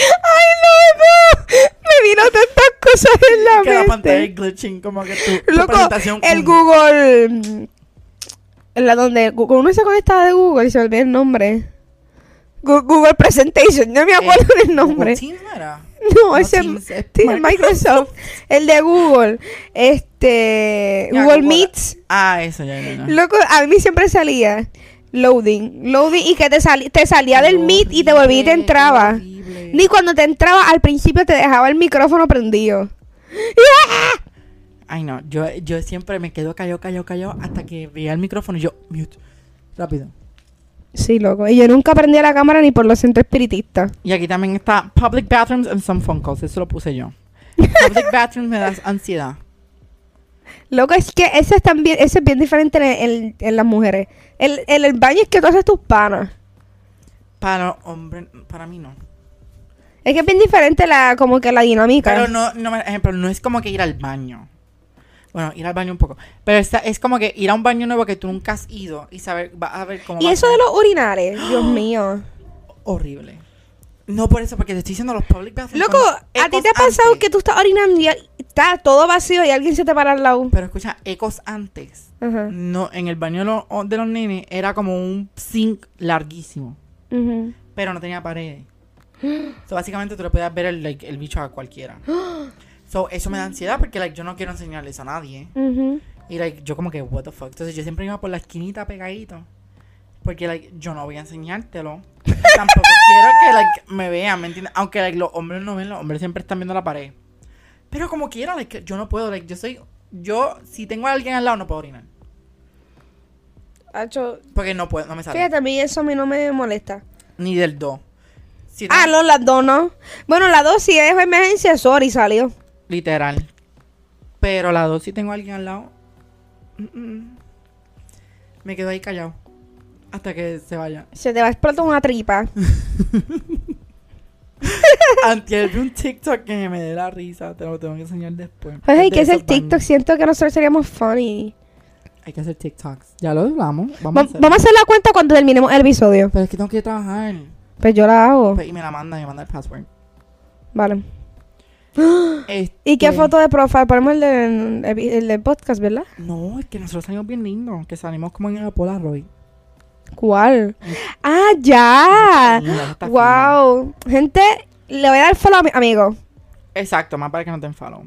Speaker 1: ¡Ay, no, no! Me vino tantas cosas en la
Speaker 2: Que la pantalla
Speaker 1: mente.
Speaker 2: es glitching, como que tu, tu
Speaker 1: Loco,
Speaker 2: presentación.
Speaker 1: el
Speaker 2: mm,
Speaker 1: Google. mm, en la donde Google, uno se conectaba de Google y se olvidó el nombre. Gu- Google Presentation, no me acuerdo
Speaker 2: Eh,
Speaker 1: del nombre.
Speaker 2: Google Teams, ¿no era?
Speaker 1: No,
Speaker 2: no,
Speaker 1: ese
Speaker 2: Teams, es
Speaker 1: sí, el Microsoft, el de Google, este
Speaker 2: Ya,
Speaker 1: Google
Speaker 2: Google-
Speaker 1: Meets,
Speaker 2: Ah, eso ya, ya, ya.
Speaker 1: loco, a mí siempre salía loading, loading y que te, sali- te salía del Meet y te volví y te
Speaker 2: Horrible,
Speaker 1: entraba.
Speaker 2: horrible.
Speaker 1: Ni cuando te entraba al principio te dejaba el micrófono prendido.
Speaker 2: Ay, no, yo, yo siempre me quedo callado, callado, callado hasta que veía el micrófono y yo, mute, rápido.
Speaker 1: Sí, loco. Y yo nunca prendía la cámara ni por los centros espiritistas.
Speaker 2: Y aquí también está public bathrooms and some phone calls, eso lo puse yo. Public bathrooms me da ansiedad.
Speaker 1: Loco, es que ese es, también, ese es bien diferente en, en- en las mujeres. El, en el baño es que tú haces tus panas.
Speaker 2: Para hombre, para mí no.
Speaker 1: Es que es bien diferente la, como que la dinámica.
Speaker 2: Pero no, no, me- ejemplo, no es como que ir al baño. Bueno, ir al baño un poco. Pero esta- es como que ir a un baño nuevo que tú nunca has ido y saber, va a ver cómo
Speaker 1: y
Speaker 2: va a
Speaker 1: eso
Speaker 2: ser.
Speaker 1: de los urinales, Dios mío.
Speaker 2: Horrible. No por eso, porque te estoy diciendo los public bathrooms.
Speaker 1: Loco,
Speaker 2: son
Speaker 1: ¿a ti
Speaker 2: ecos
Speaker 1: te ha pasado
Speaker 2: antes.
Speaker 1: que tú estás orinando y al- está todo vacío y alguien se te para al lado?
Speaker 2: Pero escucha, ecos antes.
Speaker 1: Ajá.
Speaker 2: No, en el baño de los, de los nenes era como un zinc larguísimo,
Speaker 1: Ujú.
Speaker 2: pero no tenía paredes. so, básicamente tú le podías ver el, like, el bicho a cualquiera. so, eso me da ansiedad porque like, yo no quiero enseñarles a nadie.
Speaker 1: Ujú.
Speaker 2: Y like, yo como que, what the fuck. Entonces yo siempre iba por la esquinita pegadito. Porque like, yo no voy a enseñártelo. Tampoco quiero que like, me vean, ¿me entiendes? Aunque like, los hombres no ven, los hombres siempre están viendo la pared. Pero como quiera, like, yo no puedo. Like, yo soy... Yo, si tengo a alguien al lado, no puedo orinar.
Speaker 1: Hacho,
Speaker 2: Porque no puedo, no me sale.
Speaker 1: Fíjate, a mí eso a mí no me molesta.
Speaker 2: Ni del 2. Si
Speaker 1: Ah,
Speaker 2: te-
Speaker 1: no, las dos no. Bueno, las dos sí es emergencia, sorry, salió.
Speaker 2: Literal. Pero la 2 si tengo a alguien al lado. mm, mm. Me quedo ahí callado. Hasta que se vaya.
Speaker 1: Se te va a explotar una tripa.
Speaker 2: Antier vi un TikTok que me dé la risa. Te lo tengo que enseñar después.
Speaker 1: Pues,
Speaker 2: De
Speaker 1: ¿qué es el
Speaker 2: esos baños.
Speaker 1: TikTok? Siento que nosotros seríamos funny.
Speaker 2: Hay que hacer TikToks. Ya lo hablamos. Vamos a
Speaker 1: Va-
Speaker 2: hacerlo.
Speaker 1: Vamos a hacer la cuenta cuando terminemos el episodio.
Speaker 2: Pero es que tengo que trabajar.
Speaker 1: Pues yo la hago.
Speaker 2: Pues, y me la manda, me manda el password.
Speaker 1: Vale.
Speaker 2: Este-
Speaker 1: ¿Y qué foto de profile? Ponemos el del el del podcast, ¿verdad?
Speaker 2: No, es que nosotros salimos bien lindos. Que salimos como en el Polaroid.
Speaker 1: ¿Cuál? ¡Ah, ya!
Speaker 2: Lindas, estas finas.
Speaker 1: ¡Wow! Gente, le voy a dar follow a mi amigo.
Speaker 2: Exacto, más para que no te enfado.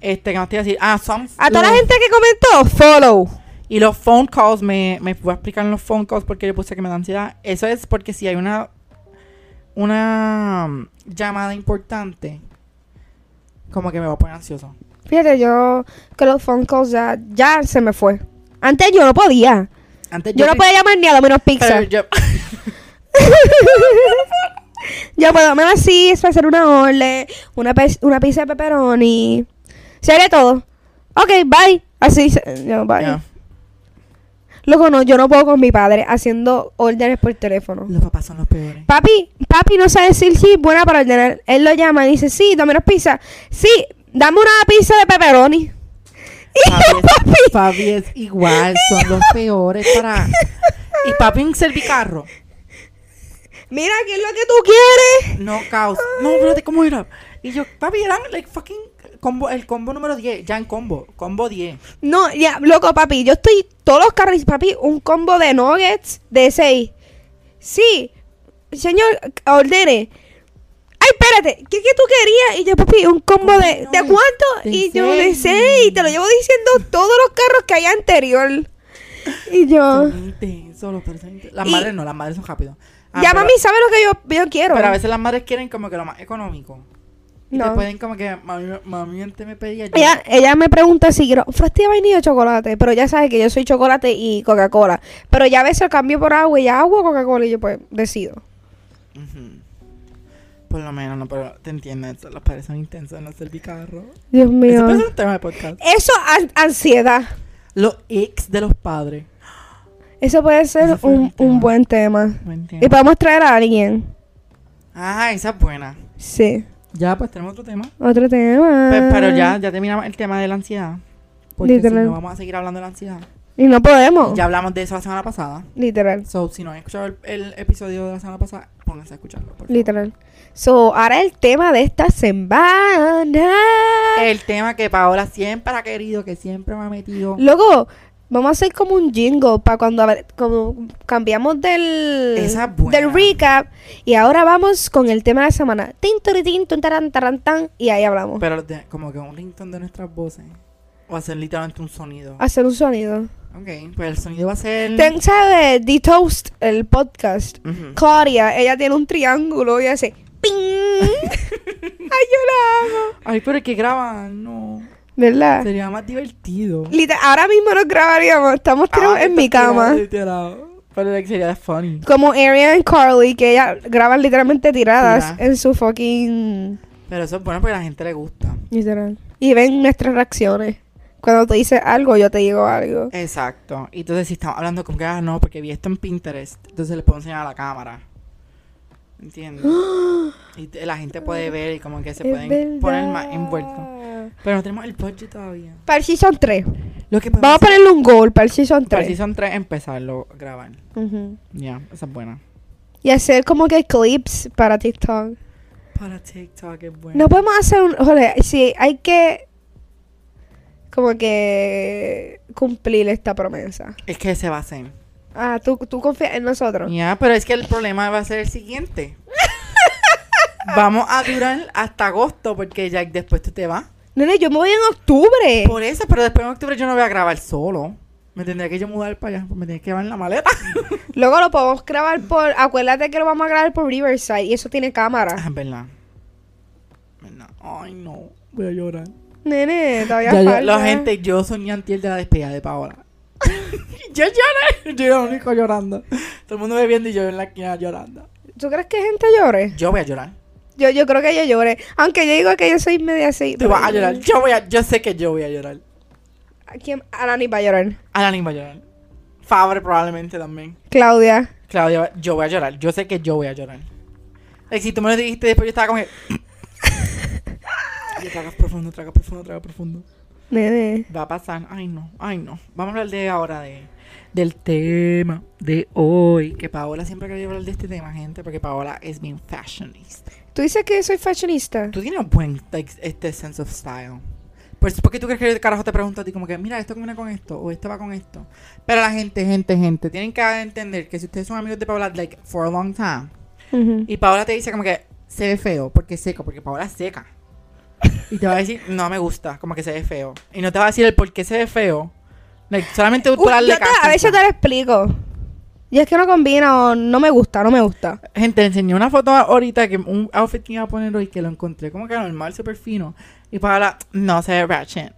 Speaker 2: Este, que no te iba a decir. Ah, son.
Speaker 1: A toda la
Speaker 2: los-
Speaker 1: gente que comentó, follow.
Speaker 2: Y los phone calls, me, me voy a explicar los phone calls porque yo puse que me da ansiedad. Eso es porque si hay una una mm, llamada importante, como que me va a poner ansioso.
Speaker 1: Fíjate, yo que los phone calls ya, ya se me fue. Antes yo no podía.
Speaker 2: Antes
Speaker 1: Yo no podía llamar ni a Domino's Pizza.
Speaker 2: pero yo-
Speaker 1: Yo por lo menos sí, es para hacer una orle, una, pe- una pizza de pepperoni. Se haré todo. Ok, bye. Así, se- yo, bye.
Speaker 2: Ya.
Speaker 1: Loco, no, yo no puedo con mi padre haciendo órdenes por teléfono.
Speaker 2: Los papás son los peores.
Speaker 1: Papi, papi no sabe decir sí, buena para ordenar. Él lo llama y dice, sí, dame una pizza. Sí, dame una pizza de pepperoni. Y yo, papi,
Speaker 2: Papi es igual, son los peores para... Y papi en servicarro.
Speaker 1: mira, ¿qué es lo que tú quieres?
Speaker 2: No, caos. No, espérate, ¿cómo era? Y yo, papi, eran like fucking combo, el combo número 10, ya en combo, combo 10.
Speaker 1: No, ya, loco, papi, yo estoy todos los carriles, papi, un combo de nuggets de 6. Sí, señor, ordene. Ay, espérate, ¿qué, qué tú querías? Y yo, papi, un combo de, ¿de cuánto?
Speaker 2: De
Speaker 1: y yo, de
Speaker 2: seis.
Speaker 1: 6. Y te lo llevo diciendo todos los carros que hay anterior. Y yo,
Speaker 2: Son intensos, los peores son intensos. Las
Speaker 1: Y-
Speaker 2: madres no, las madres son rápidas. Ah,
Speaker 1: ya,
Speaker 2: pero-
Speaker 1: mami, ¿sabes lo que yo, yo quiero?
Speaker 2: Pero a veces las madres quieren como que lo más económico. Y te
Speaker 1: No.
Speaker 2: pueden como que, mami, mami antes me pedía yo.
Speaker 1: Ella, ella me pregunta si quiero frosty de vainilla o chocolate, pero ya sabe que yo soy chocolate y Coca-Cola. Pero ya a veces cambio por agua y ya agua o Coca-Cola y yo pues decido.
Speaker 2: Ujú. Por lo menos, no, pero te entiendes, los padres son intensos en hacer bicarro.
Speaker 1: Dios
Speaker 2: Eso
Speaker 1: mío.
Speaker 2: es un tema de podcast.
Speaker 1: Eso an- ansiedad.
Speaker 2: Los ex de los padres.
Speaker 1: Eso puede ser
Speaker 2: Ese fue
Speaker 1: un,
Speaker 2: mi tema.
Speaker 1: un buen tema.
Speaker 2: No entiendo.
Speaker 1: Y podemos traer a alguien.
Speaker 2: Ah, esa es buena.
Speaker 1: Sí.
Speaker 2: Ya, pues tenemos otro tema.
Speaker 1: Otro tema.
Speaker 2: Pe- pero ya, ya terminamos el tema de la ansiedad. Porque
Speaker 1: Ah. Literal.
Speaker 2: si no vamos a seguir hablando de la ansiedad.
Speaker 1: Y no podemos.
Speaker 2: Ya hablamos de eso la semana pasada.
Speaker 1: Literal.
Speaker 2: So, si no han escuchado el, el episodio de la semana pasada, pónganse a escucharlo. por favor.
Speaker 1: Literal. So, ahora el tema de esta semana.
Speaker 2: Eh. El tema que Paola siempre ha querido, que siempre me ha metido.
Speaker 1: Luego, Vamos a hacer como un jingle para cuando a ver, como cambiamos del,
Speaker 2: Esa es buena.
Speaker 1: del recap. Y ahora vamos con el tema de la semana. Tin, turi, tin, tun, taran, taran, tan, y ahí hablamos.
Speaker 2: Pero los de- como que un ringtone de nuestras voces. O hacer literalmente un sonido.
Speaker 1: Hacer un sonido.
Speaker 2: Ok, pues el sonido va a ser.
Speaker 1: Ten, ¿sabes? The Toast, el podcast.
Speaker 2: Ujú.
Speaker 1: Claudia, ella tiene un triángulo y hace ¡Ping! ¡Ay, yo la amo!
Speaker 2: Ay, pero es que graban, no.
Speaker 1: ¿Verdad?
Speaker 2: Sería más divertido.
Speaker 1: Liter- ahora mismo nos grabaríamos. Estamos tirados
Speaker 2: Ah,
Speaker 1: en mi
Speaker 2: está
Speaker 1: cama.
Speaker 2: tirado, literal. Pero like, sería funny.
Speaker 1: Como Arian Carly, que ella graban literalmente tiradas
Speaker 2: Tira.
Speaker 1: en su fucking.
Speaker 2: Pero eso es bueno porque a la gente le gusta.
Speaker 1: Literal. Y ven nuestras reacciones. Cuando tú dices algo, yo te digo algo.
Speaker 2: Eh, Exacto. Y entonces si estamos hablando como que, ah, no, porque vi esto en Pinterest, entonces les puedo enseñar a la cámara. ¿Entiendes? y te- la gente puede ver y como que se pueden poner más envueltos. Pero no tenemos el budget todavía.
Speaker 1: Para el season 3.
Speaker 2: Lo que
Speaker 1: Vamos a
Speaker 2: para
Speaker 1: ponerle un goal para el season 3.
Speaker 2: si son tres, empezarlo a grabar.
Speaker 1: Ujú.
Speaker 2: Ya, esa es buena.
Speaker 1: Y hacer como que clips para TikTok.
Speaker 2: Para TikTok es buena.
Speaker 1: No podemos hacer un. Joder, sí, hay que. Como que. Cumplir esta promesa.
Speaker 2: Es que se va a hacer.
Speaker 1: Ah, tú, tú confías en
Speaker 2: Ya,
Speaker 1: nosotros.
Speaker 2: pero es que el problema va a ser el siguiente. Vamos a durar hasta agosto porque ya después tú te vas.
Speaker 1: Nene, yo me voy en octubre.
Speaker 2: Por eso, pero después en octubre yo no voy a grabar solo. Me tendría que yo mudar para allá. pues Me tendría que llevar en la maleta.
Speaker 1: Luego lo podemos grabar por. Acuérdate que lo vamos a grabar por Riverside y eso tiene cámara.
Speaker 2: Ah, es verdad. Verdad. Ay, no. Voy a llorar.
Speaker 1: Nene, todavía
Speaker 2: Ya, ya,
Speaker 1: falta.
Speaker 2: la gente, yo soñé antier de la despedida de Paola. yo lloré. Yo era el único llorando. Todo el mundo bebiendo y yo en la esquina llorando.
Speaker 1: ¿Tú crees que gente llore?
Speaker 2: Yo voy a llorar.
Speaker 1: Yo, yo creo que yo lloré. Aunque yo digo que yo soy media así.
Speaker 2: Tú vas a llorar. Yo voy a... Yo sé que yo voy a llorar.
Speaker 1: ¿A quién? Alani va a llorar.
Speaker 2: Alanis va a llorar. Fabre probablemente también.
Speaker 1: Claudia.
Speaker 2: Claudia, va- yo voy a llorar. Yo sé que yo voy a llorar. Like, si tú me lo dijiste después, yo estaba como que... Y yo, tragas profundo, tragas profundo, tragas profundo.
Speaker 1: Nene.
Speaker 2: Va a pasar. Ay, no, ay, no. Vamos a hablar de ahora de, del tema de hoy. Que Paola siempre quería hablar de este tema, gente, porque Paola es bien fashionista.
Speaker 1: ¿Tú dices que soy fashionista?
Speaker 2: Tú tienes un buen like, este sense of style. Pues, ¿por qué tú crees que el carajo te pregunta a ti como que, mira, esto combina con esto, o esto va con esto? Pero la gente, gente, gente, tienen que entender que si ustedes son amigos de Paola, like, for a long time,
Speaker 1: Ujú.
Speaker 2: y Paola te dice como que se ve feo porque es seco, porque Paola es seca. Y te va a decir, no me gusta, como que se ve feo. Y no te va a decir el por qué se ve feo. Like, solamente tú
Speaker 1: Uy,
Speaker 2: darle
Speaker 1: Uh, yo te-
Speaker 2: caso,
Speaker 1: a veces
Speaker 2: ¿no?
Speaker 1: te lo explico. Y es que no combina o no me gusta, no me gusta.
Speaker 2: Gente, te enseñé una foto ahorita que un outfit que iba a poner hoy que lo encontré como que normal, súper fino. Y Paola, no se ve ratchet.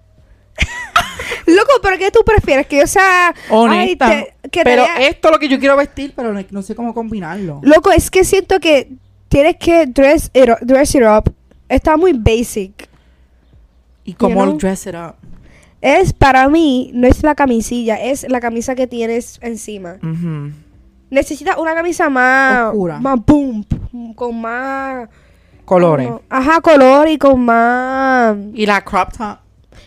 Speaker 1: Loco, ¿pero qué tú prefieres? Que yo sea... ay,
Speaker 2: Honesta.
Speaker 1: te- que te
Speaker 2: pero
Speaker 1: vea-
Speaker 2: esto es lo que yo quiero vestir, pero like, no sé cómo combinarlo.
Speaker 1: Loco, es que siento que tienes que dress it up. Dress it up. Está muy basic.
Speaker 2: Y cómo
Speaker 1: You know?
Speaker 2: dress it up.
Speaker 1: Es para mí, no es la camisilla, es la camisa que tienes encima.
Speaker 2: Ujú.
Speaker 1: Necesitas una camisa más.
Speaker 2: Oscura.
Speaker 1: Más boom. Con más.
Speaker 2: Colores.
Speaker 1: como- ajá, color y con más.
Speaker 2: Y la crop top.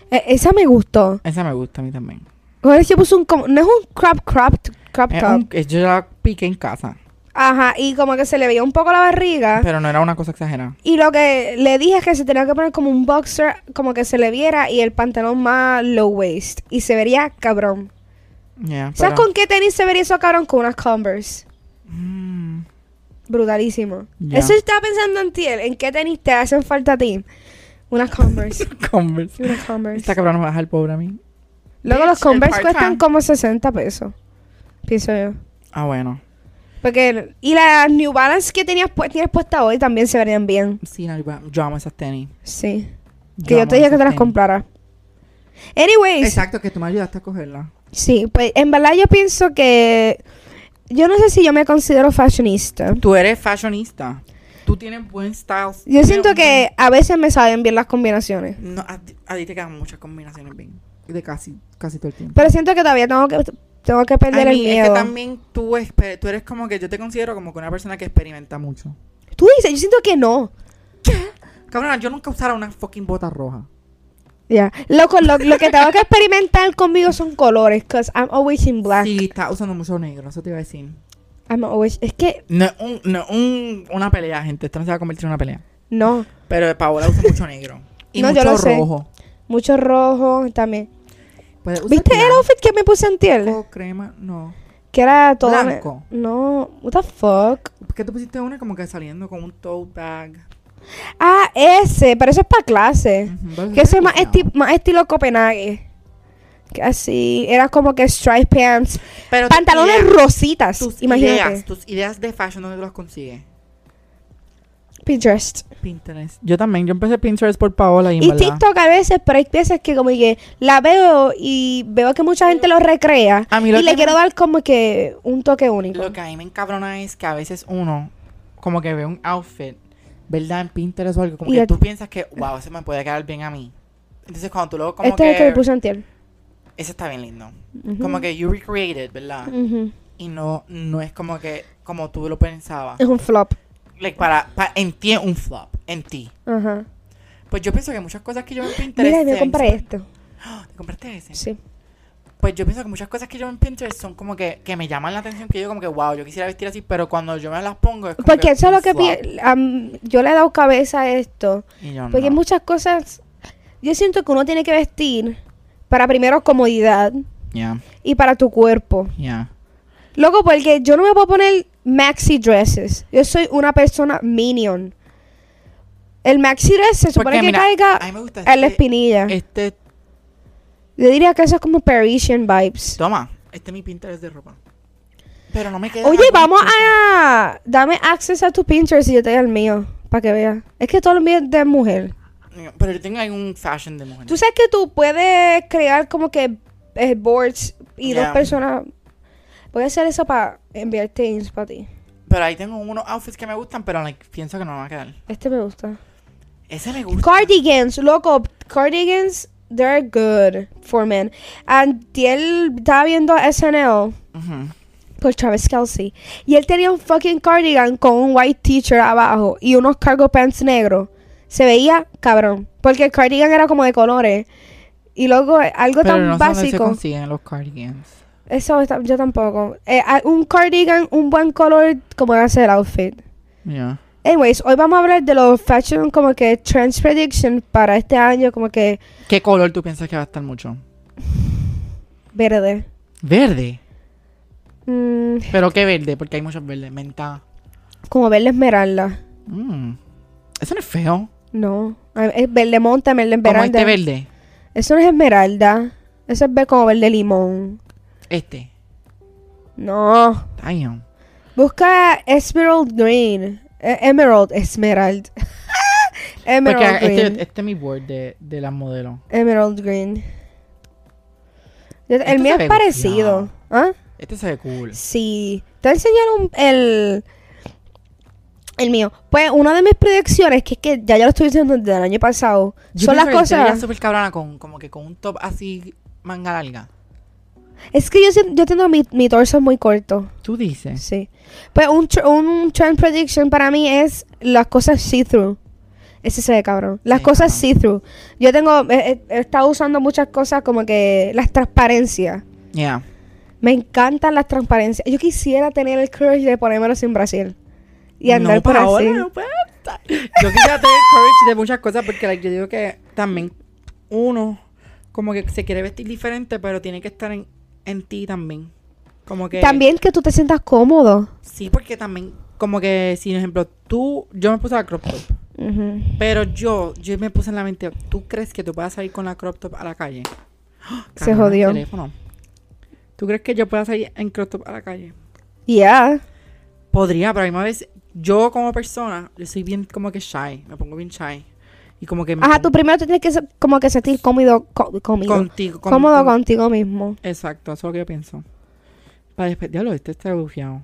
Speaker 1: e- esa me gustó.
Speaker 2: Esa me gusta a mí también.
Speaker 1: Ahora yo puse un. como- no es un crop, crop, crop
Speaker 2: Es
Speaker 1: top.
Speaker 2: un- es- yo la piqué en casa.
Speaker 1: Ajá, y como que se le veía un poco la barriga.
Speaker 2: Pero no era una cosa exagerada.
Speaker 1: Y lo que le dije es que se tenía que poner como un boxer, como que se le viera, y el pantalón más low waist. Y se vería cabrón.
Speaker 2: Yeah,
Speaker 1: ¿Sabes
Speaker 2: pero-
Speaker 1: con qué tenis se vería eso cabrón? Con unas Converse.
Speaker 2: Mm,
Speaker 1: Brutalísimo.
Speaker 2: Ya.
Speaker 1: Eso estaba pensando en ti, en qué tenis te hacen falta a ti. Unas Converse.
Speaker 2: Converse.
Speaker 1: unas Converse.
Speaker 2: Esta cabrón me va a dejar pobre a mí.
Speaker 1: Luego los
Speaker 2: Bitch, el
Speaker 1: Converse cuestan
Speaker 2: part-time.
Speaker 1: como 60 pesos. Pienso yo.
Speaker 2: Ah, bueno.
Speaker 1: Porque, y las New Balance que tenías, pu- tienes puesta hoy también se verían bien.
Speaker 2: Sí, no, yo amo esas tenis.
Speaker 1: Sí. Que yo
Speaker 2: amo
Speaker 1: te dije que
Speaker 2: esas
Speaker 1: te las
Speaker 2: tenis.
Speaker 1: comprara. Anyways.
Speaker 2: Exacto, que tú me ayudaste a cogerla.
Speaker 1: Sí, pues en verdad yo pienso que... Yo no sé si yo me considero fashionista.
Speaker 2: Tú eres fashionista. Tú tienes buen style. Tú
Speaker 1: Yo
Speaker 2: tienes
Speaker 1: siento
Speaker 2: un
Speaker 1: que a veces me saben bien las combinaciones.
Speaker 2: buen- No, a, ti, a ti te quedan muchas combinaciones bien. De casi, casi todo el tiempo.
Speaker 1: Pero siento que todavía tengo que, tengo que
Speaker 2: Ay,
Speaker 1: perder el
Speaker 2: mi, es que
Speaker 1: miedo.
Speaker 2: también tú, espe- tú eres como que yo te considero como que una persona que experimenta mucho.
Speaker 1: Tú dices, yo siento que no.
Speaker 2: Cabrona, yo nunca usara una fucking bota roja.
Speaker 1: Ya. Loco, lo, lo que tengo que experimentar conmigo son colores. Cause I'm always in black.
Speaker 2: Sí, está usando mucho negro, eso te iba a decir.
Speaker 1: I'm always... Es que
Speaker 2: No es un, no es un- una pelea, gente. Esto no se va a convertir en una pelea.
Speaker 1: no.
Speaker 2: Pero Paola usa mucho negro. Y
Speaker 1: No, yo
Speaker 2: mucho
Speaker 1: lo sé.
Speaker 2: rojo.
Speaker 1: Mucho rojo también.
Speaker 2: Puedes usar
Speaker 1: ¿Viste el
Speaker 2: blanco,
Speaker 1: outfit que me puse antier?
Speaker 2: crema? No.
Speaker 1: Que era todo... ne-
Speaker 2: Oh. Blanco.
Speaker 1: No, what the fuck.
Speaker 2: ¿Por qué tú pusiste una como que saliendo con un tote bag?
Speaker 1: Ah, ese, pero eso es para clase.
Speaker 2: Ujú, pero
Speaker 1: Que ese
Speaker 2: está
Speaker 1: es más, esti-
Speaker 2: diseñado.
Speaker 1: más estilo Copenhague. Que así, era como que stripe pants.
Speaker 2: Pero tus
Speaker 1: Pantalones
Speaker 2: ideas-
Speaker 1: rositas,
Speaker 2: Tus
Speaker 1: imagínate.
Speaker 2: ideas, tus ideas de fashion, ¿dónde tú las consigues?
Speaker 1: Pinterest.
Speaker 2: Pinterest. Yo también, yo empecé Pinterest por Paola y, en
Speaker 1: Y
Speaker 2: verdad-
Speaker 1: TikTok a veces, pero hay veces que como que la veo y veo que mucha gente lo recrea.
Speaker 2: A mí
Speaker 1: Y
Speaker 2: lo
Speaker 1: le
Speaker 2: que
Speaker 1: quiero
Speaker 2: me-
Speaker 1: dar como que un toque único.
Speaker 2: Lo que a mí me encabrona es que a veces uno, como que ve un outfit, ¿verdad? En Pinterest o algo, como
Speaker 1: Y
Speaker 2: que
Speaker 1: la-
Speaker 2: tú piensas que, wow, ese me puede quedar bien a mí. Entonces cuando tú luego como
Speaker 1: Este
Speaker 2: que,
Speaker 1: es el que me puse antier.
Speaker 2: ese está bien lindo.
Speaker 1: Ujú.
Speaker 2: Como que ah. you recreated, ¿verdad?
Speaker 1: Ujú.
Speaker 2: Y no, no es como que, como tú lo pensabas.
Speaker 1: Es un flop.
Speaker 2: Like, para, pa- en ti es un flop, en ti.
Speaker 1: Ajá.
Speaker 2: Pues yo pienso que muchas cosas que yo veo en Pinterest...
Speaker 1: Mira, me
Speaker 2: se-
Speaker 1: compré este. esto.
Speaker 2: ¿Te compraste ese?
Speaker 1: Sí.
Speaker 2: Pues yo pienso que muchas cosas que yo veo en Pinterest son como que, que me llaman la atención, que yo como que, wow, yo quisiera vestir así, pero cuando yo me las pongo es como
Speaker 1: Porque
Speaker 2: que
Speaker 1: eso es lo
Speaker 2: un
Speaker 1: que
Speaker 2: flop.
Speaker 1: pi- am- yo le he dado cabeza a esto.
Speaker 2: Y yo
Speaker 1: Porque
Speaker 2: no.
Speaker 1: muchas cosas. Yo siento que uno tiene que vestir para primero comodidad
Speaker 2: Ya,
Speaker 1: y para tu cuerpo.
Speaker 2: ya.
Speaker 1: Loco, porque yo no me puedo poner maxi dresses. Yo soy una persona minion. El maxi dress se supone
Speaker 2: Porque,
Speaker 1: que
Speaker 2: mira,
Speaker 1: caiga
Speaker 2: a mí me gusta
Speaker 1: en la
Speaker 2: este-
Speaker 1: espinilla.
Speaker 2: Este,
Speaker 1: Yo diría que eso es como Parisian vibes.
Speaker 2: toma, este es mi Pinterest de ropa. Pero no me queda.
Speaker 1: Oye,
Speaker 2: algo
Speaker 1: vamos
Speaker 2: que-
Speaker 1: a... Dame acceso a tu Pinterest y yo te doy el mío. Para que veas. Es que todo lo mío es de mujer.
Speaker 2: Pero yo tengo algún fashion de mujer.
Speaker 1: Tú sabes que tú puedes crear como que eh, boards y
Speaker 2: Yeah.
Speaker 1: dos personas... Voy a hacer eso para enviarte ins para ti.
Speaker 2: Pero ahí tengo unos outfits que me gustan, pero like, pienso que no me va a quedar.
Speaker 1: Este me gusta.
Speaker 2: Ese me gusta.
Speaker 1: Cardigans, loco. Cardigans, they're good for men. Antiel estaba viendo SNL
Speaker 2: Ujú.
Speaker 1: por Travis Kelsey. Y él tenía un fucking cardigan con un white t-shirt abajo y unos cargo pants negros. Se veía cabrón. Porque el cardigan era como de colores. Y luego eh, algo
Speaker 2: Pero
Speaker 1: tan
Speaker 2: no sé dónde se
Speaker 1: básico.
Speaker 2: consiguen los cardigans.
Speaker 1: Eso está- yo tampoco. Eh, ah, un cardigan, un buen color, como hace el outfit.
Speaker 2: Ya.
Speaker 1: Anyways, hoy vamos a hablar de los fashion como que trends prediction para este año, como que
Speaker 2: ¿Qué color tú piensas que va a estar mucho?
Speaker 1: verde.
Speaker 2: Verde.
Speaker 1: Mm,
Speaker 2: ¿Pero qué verde? Porque hay muchos verdes. Menta.
Speaker 1: como verde esmeralda.
Speaker 2: Mm. Eso no es feo.
Speaker 1: No. Ah, Es verde monta, verde
Speaker 2: Como
Speaker 1: esmeralda.
Speaker 2: este verde.
Speaker 1: Eso no es esmeralda. Eso es ver como verde limón.
Speaker 2: Este.
Speaker 1: No.
Speaker 2: Damn.
Speaker 1: Busca Emerald Green. Eh, emerald, Esmerald.
Speaker 2: Porque
Speaker 1: emerald Green.
Speaker 2: este, este es mi board de, de las modelos.
Speaker 1: Emerald Green. Yo-
Speaker 2: Este
Speaker 1: El mío
Speaker 2: se
Speaker 1: es
Speaker 2: ve
Speaker 1: parecido. ¿Ah?
Speaker 2: Este se ve cool.
Speaker 1: Sí. Te enseñaron el. El mío. Pues una de mis predicciones, que es que ya yo lo estoy diciendo desde el año pasado, son las cosas.
Speaker 2: súper cabrona con como que con un top así manga larga.
Speaker 1: Es que yo, sien- yo tengo mi, mi torso muy corto.
Speaker 2: Tú dices.
Speaker 1: Sí. Pues un, tr- un trend prediction para mí es las cosas see-through. Ese se ve cabrón. Las
Speaker 2: Sí,
Speaker 1: cosas
Speaker 2: cabrón.
Speaker 1: see-through. Yo tengo. He, he- he estado usando muchas cosas como que. Las transparencias.
Speaker 2: Yeah.
Speaker 1: Me encantan las transparencias. Yo quisiera tener el courage de ponérmelo sin Brasil. Y andar
Speaker 2: no,
Speaker 1: por
Speaker 2: Paola,
Speaker 1: así.
Speaker 2: no puedo estar. Yo quisiera tener courage de muchas cosas porque like, yo digo que también uno como que se quiere vestir diferente, pero tiene que estar en, en ti también. Como que
Speaker 1: También que tú te sientas cómodo.
Speaker 2: sí, porque también como que si por ejemplo tú yo me puse la crop top, pero yo yo me puse en la mente, ¿tú crees que tú puedas salir con la crop top a la calle?
Speaker 1: Se
Speaker 2: Cabrona, el
Speaker 1: jodió.
Speaker 2: teléfono. ¿Tú crees que yo pueda salir en crop top a la calle?
Speaker 1: Yeah.
Speaker 2: Podría, pero a la misma vez, yo como persona, yo soy bien como que shy, me pongo bien shy. Y como que me
Speaker 1: Ajá, tú
Speaker 2: pongo
Speaker 1: primero te tienes que se- como que sentir cómodo, co- cómido.
Speaker 2: contigo. con-
Speaker 1: cómodo
Speaker 2: con-
Speaker 1: contigo mismo. Exacto.
Speaker 2: Exacto, eso es lo que yo pienso. Para después, diablo, este está bufiado.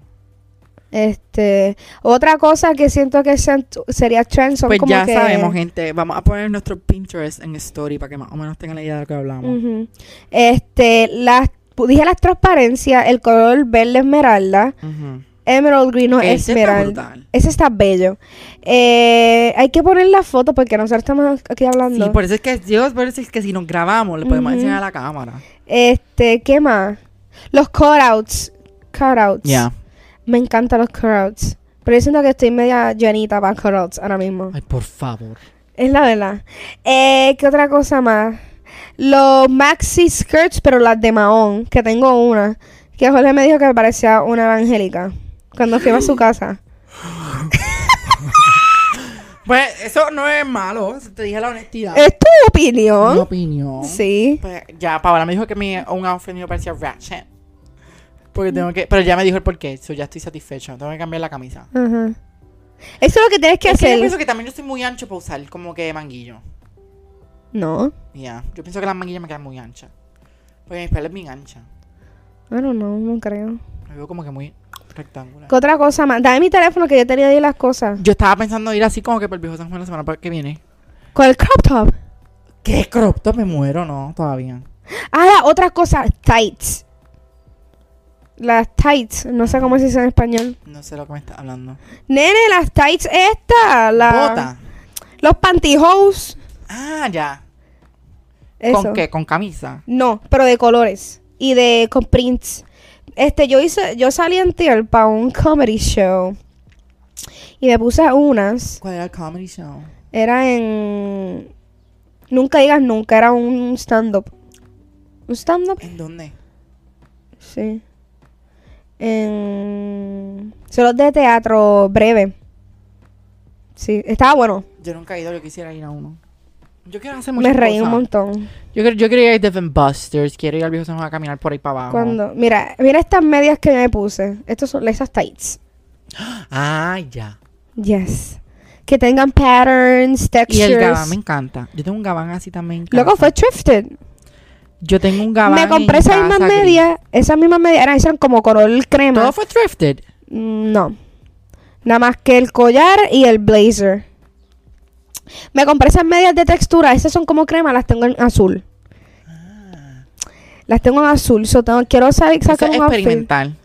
Speaker 1: Este, otra cosa que siento que sean- sería trend son
Speaker 2: Pues
Speaker 1: como
Speaker 2: ya
Speaker 1: que-
Speaker 2: sabemos, gente, vamos a poner nuestro Pinterest en story para que más o menos tengan la idea de lo que hablamos.
Speaker 1: Ujú. Este, las dije las transparencias, el color verde esmeralda,
Speaker 2: Ujú.
Speaker 1: emerald green no
Speaker 2: Ese está
Speaker 1: esmeralda.
Speaker 2: brutal.
Speaker 1: Ese está bello. Eh, hay que poner la foto porque nosotros estamos aquí hablando.
Speaker 2: Sí, por eso es que Dios, por eso es que si nos grabamos, le podemos
Speaker 1: Ujú.
Speaker 2: enseñar a la cámara.
Speaker 1: Este, ¿qué más? Los cutouts. Cutouts. Me encantan los cutouts. Pero yo siento que estoy media llenita para cutouts ahora mismo.
Speaker 2: Ay, por favor.
Speaker 1: Es la verdad. Eh, ¿Qué otra cosa más? los maxi skirts, pero las de Mahón, que tengo una. Que Jorge me dijo que parecía una evangélica cuando fui a su casa.
Speaker 2: Pues eso no es malo, te dije la honestidad.
Speaker 1: ¿Es tu opinión?
Speaker 2: Mi opinión.
Speaker 1: Eh, Sí.
Speaker 2: Pues ya, Paola me dijo que mi, un outfit mío parecía Ratchet. Porque tengo que, pero ya me dijo el porqué, so ya estoy satisfecho. Tengo que cambiar la camisa.
Speaker 1: Ajá. Eso es lo que tienes que
Speaker 2: Es que yo
Speaker 1: hacer.
Speaker 2: pienso que también yo soy muy ancho para usar como que manguillo.
Speaker 1: No,
Speaker 2: Ya, yo pienso que las manguillas me quedan muy anchas. Porque mi piel es bien ancha.
Speaker 1: I don't know, no creo.
Speaker 2: Me veo como que muy rectangular.
Speaker 1: ¿Qué otra cosa más? Dame mi teléfono que yo te di las cosas.
Speaker 2: Yo estaba pensando ir así como que para el viejo San Juan la semana que viene.
Speaker 1: Con el crop top.
Speaker 2: ¿Qué crop top? Me muero, no, todavía.
Speaker 1: Ah, otras cosas. Tights. Las tights. No sé cómo se dice en español.
Speaker 2: No sé lo que me está hablando.
Speaker 1: Nene, las tights estas. La...
Speaker 2: Bota.
Speaker 1: Los pantyhose.
Speaker 2: Ah, ya.
Speaker 1: Eso.
Speaker 2: ¿Con qué? ¿Con camisa?
Speaker 1: No, pero de colores. Y de con prints. Este, yo hice, yo salí en tier para un comedy show. Y me puse unas.
Speaker 2: ¿Cuál era el comedy show?
Speaker 1: Era en. Nunca digas nunca, era un stand-up. ¿Un stand-up?
Speaker 2: ¿En dónde?
Speaker 1: Sí. En. Solo de teatro breve. Sí, estaba bueno.
Speaker 2: Yo nunca he ido, yo quisiera ir a uno. Yo quiero hacer
Speaker 1: Me
Speaker 2: muchas
Speaker 1: reí un
Speaker 2: cosas.
Speaker 1: montón.
Speaker 2: Yo, quiero- yo quería ir a Dave Busters, quiero ir al viejo San Juan a caminar por ahí para abajo.
Speaker 1: Cuando. Mira, mira estas medias que me puse. Estos son esas tights.
Speaker 2: Ah, ya.
Speaker 1: Yes. Que tengan patterns,
Speaker 2: Y
Speaker 1: textures.
Speaker 2: el gabán me encanta. Yo tengo un gabán así también. en
Speaker 1: Loco,
Speaker 2: casa.
Speaker 1: fue thrifted.
Speaker 2: Yo tengo un gabán.
Speaker 1: me compré
Speaker 2: en
Speaker 1: esas mismas
Speaker 2: casa gris.
Speaker 1: medias. Esas mismas medias eran, eran como color crema.
Speaker 2: Todo fue thrifted.
Speaker 1: Mm, No. Nada más que el collar y el blazer. Me compré esas medias de textura. Esas son como crema, las tengo en azul. Las tengo en azul. So tengo, quiero saber
Speaker 2: Eso
Speaker 1: sacar
Speaker 2: es
Speaker 1: un outfit.
Speaker 2: experimental.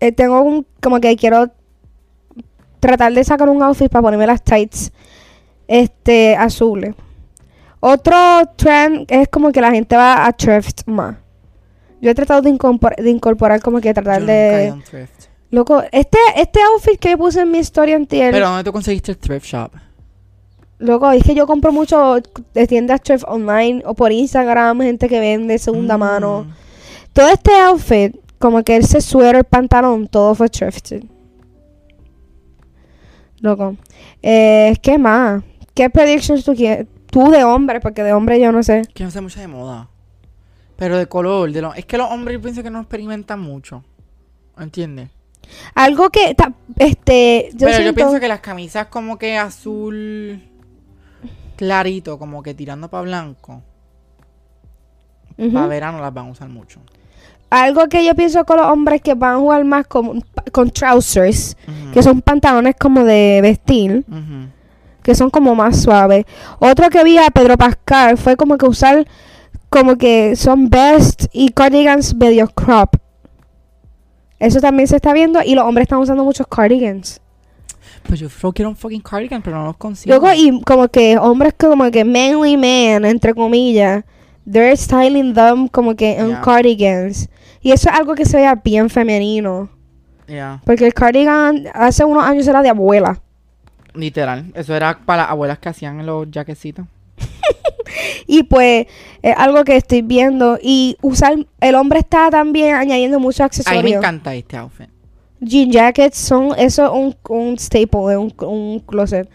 Speaker 1: Eh, tengo un. Como que quiero tratar de sacar un outfit para ponerme las tights este, azules. Otro trend es como que la gente va a thrift más. Yo he tratado de incorporar, de incorporar como que
Speaker 2: Yo
Speaker 1: tratar
Speaker 2: nunca
Speaker 1: de.
Speaker 2: he ido a un thrift.
Speaker 1: Loco, este, este outfit que yo puse en mi historia en tier,
Speaker 2: Pero ¿dónde tú conseguiste el thrift shop?
Speaker 1: loco, es que yo compro mucho de tiendas thrift online o por Instagram, gente que vende segunda mano.
Speaker 2: Mm.
Speaker 1: Todo este outfit, como que ese suéter, pantalón, todo fue thrifted. Loco. Eh, ¿Qué más? ¿Qué predictions tú quieres? Tú de hombre, porque de hombre yo no sé.
Speaker 2: Que no sé mucho de moda. Pero de color. De lo... Es que los hombres yo pienso que no experimentan mucho. ¿Entiendes?
Speaker 1: Algo que, ta- este, yo
Speaker 2: Pero yo
Speaker 1: siento-
Speaker 2: pienso que las camisas como que azul clarito, como que tirando para blanco.
Speaker 1: Ujú.
Speaker 2: Para verano las van a usar mucho.
Speaker 1: Algo que yo pienso con los hombres que van a jugar más con, con trousers.
Speaker 2: Ujú.
Speaker 1: que son pantalones como de vestir,
Speaker 2: Ujú.
Speaker 1: que son como más suaves. Otro que vi a Pedro Pascal fue como que usar como que son vest y cardigans medio crop. Eso también se está viendo y los hombres están usando muchos cardigans.
Speaker 2: Pues yo fro- quiero un fucking cardigan, pero no los consigo.
Speaker 1: Luego, y como que hombres que como que manly man, entre comillas, they're styling them como que en
Speaker 2: Yeah.
Speaker 1: cardigans. Y eso es algo que se vea bien femenino.
Speaker 2: Ya,
Speaker 1: Porque el cardigan hace unos años era de abuela.
Speaker 2: Literal. Eso era para las abuelas que hacían los jaquecitos.
Speaker 1: Y pues es algo que estoy viendo. Y usar, el hombre está también añadiendo muchos
Speaker 2: A mí me
Speaker 1: accesorios.
Speaker 2: encanta este outfit.
Speaker 1: Jean jackets son, eso es un, un staple, es un, un closet.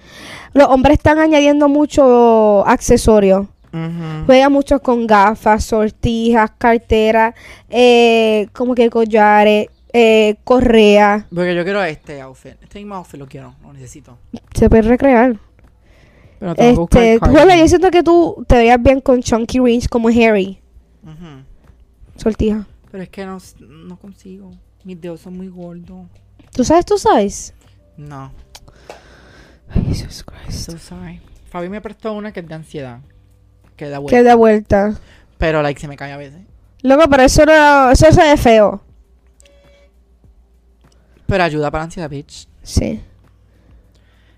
Speaker 1: Los hombres están añadiendo muchos accesorios.
Speaker 2: Ujú.
Speaker 1: Juegan mucho con gafas, sortijas, carteras, eh, como que collares, eh, correa.
Speaker 2: Porque yo quiero este outfit. Este mismo outfit lo quiero, lo necesito.
Speaker 1: Se puede recrear.
Speaker 2: Pero tengo que buscar
Speaker 1: Este,
Speaker 2: el
Speaker 1: Juela,
Speaker 2: cardigan.
Speaker 1: yo siento que tú te verías bien con chunky rings como Harry.
Speaker 2: Ujú.
Speaker 1: Sortija.
Speaker 2: Pero es que no, s- no consigo. Mis dedos son muy gordos.
Speaker 1: ¿Tú sabes tú sabes?
Speaker 2: No.
Speaker 1: Jesus Christ.
Speaker 2: So sorry. Fabi me prestó una que es de ansiedad. Que da
Speaker 1: Que
Speaker 2: vuelta.
Speaker 1: da vuelta.
Speaker 2: Pero like se me cae a veces.
Speaker 1: Loco, pero eso no, eso se ve feo.
Speaker 2: Pero ayuda para la ansiedad, bitch.
Speaker 1: Sí.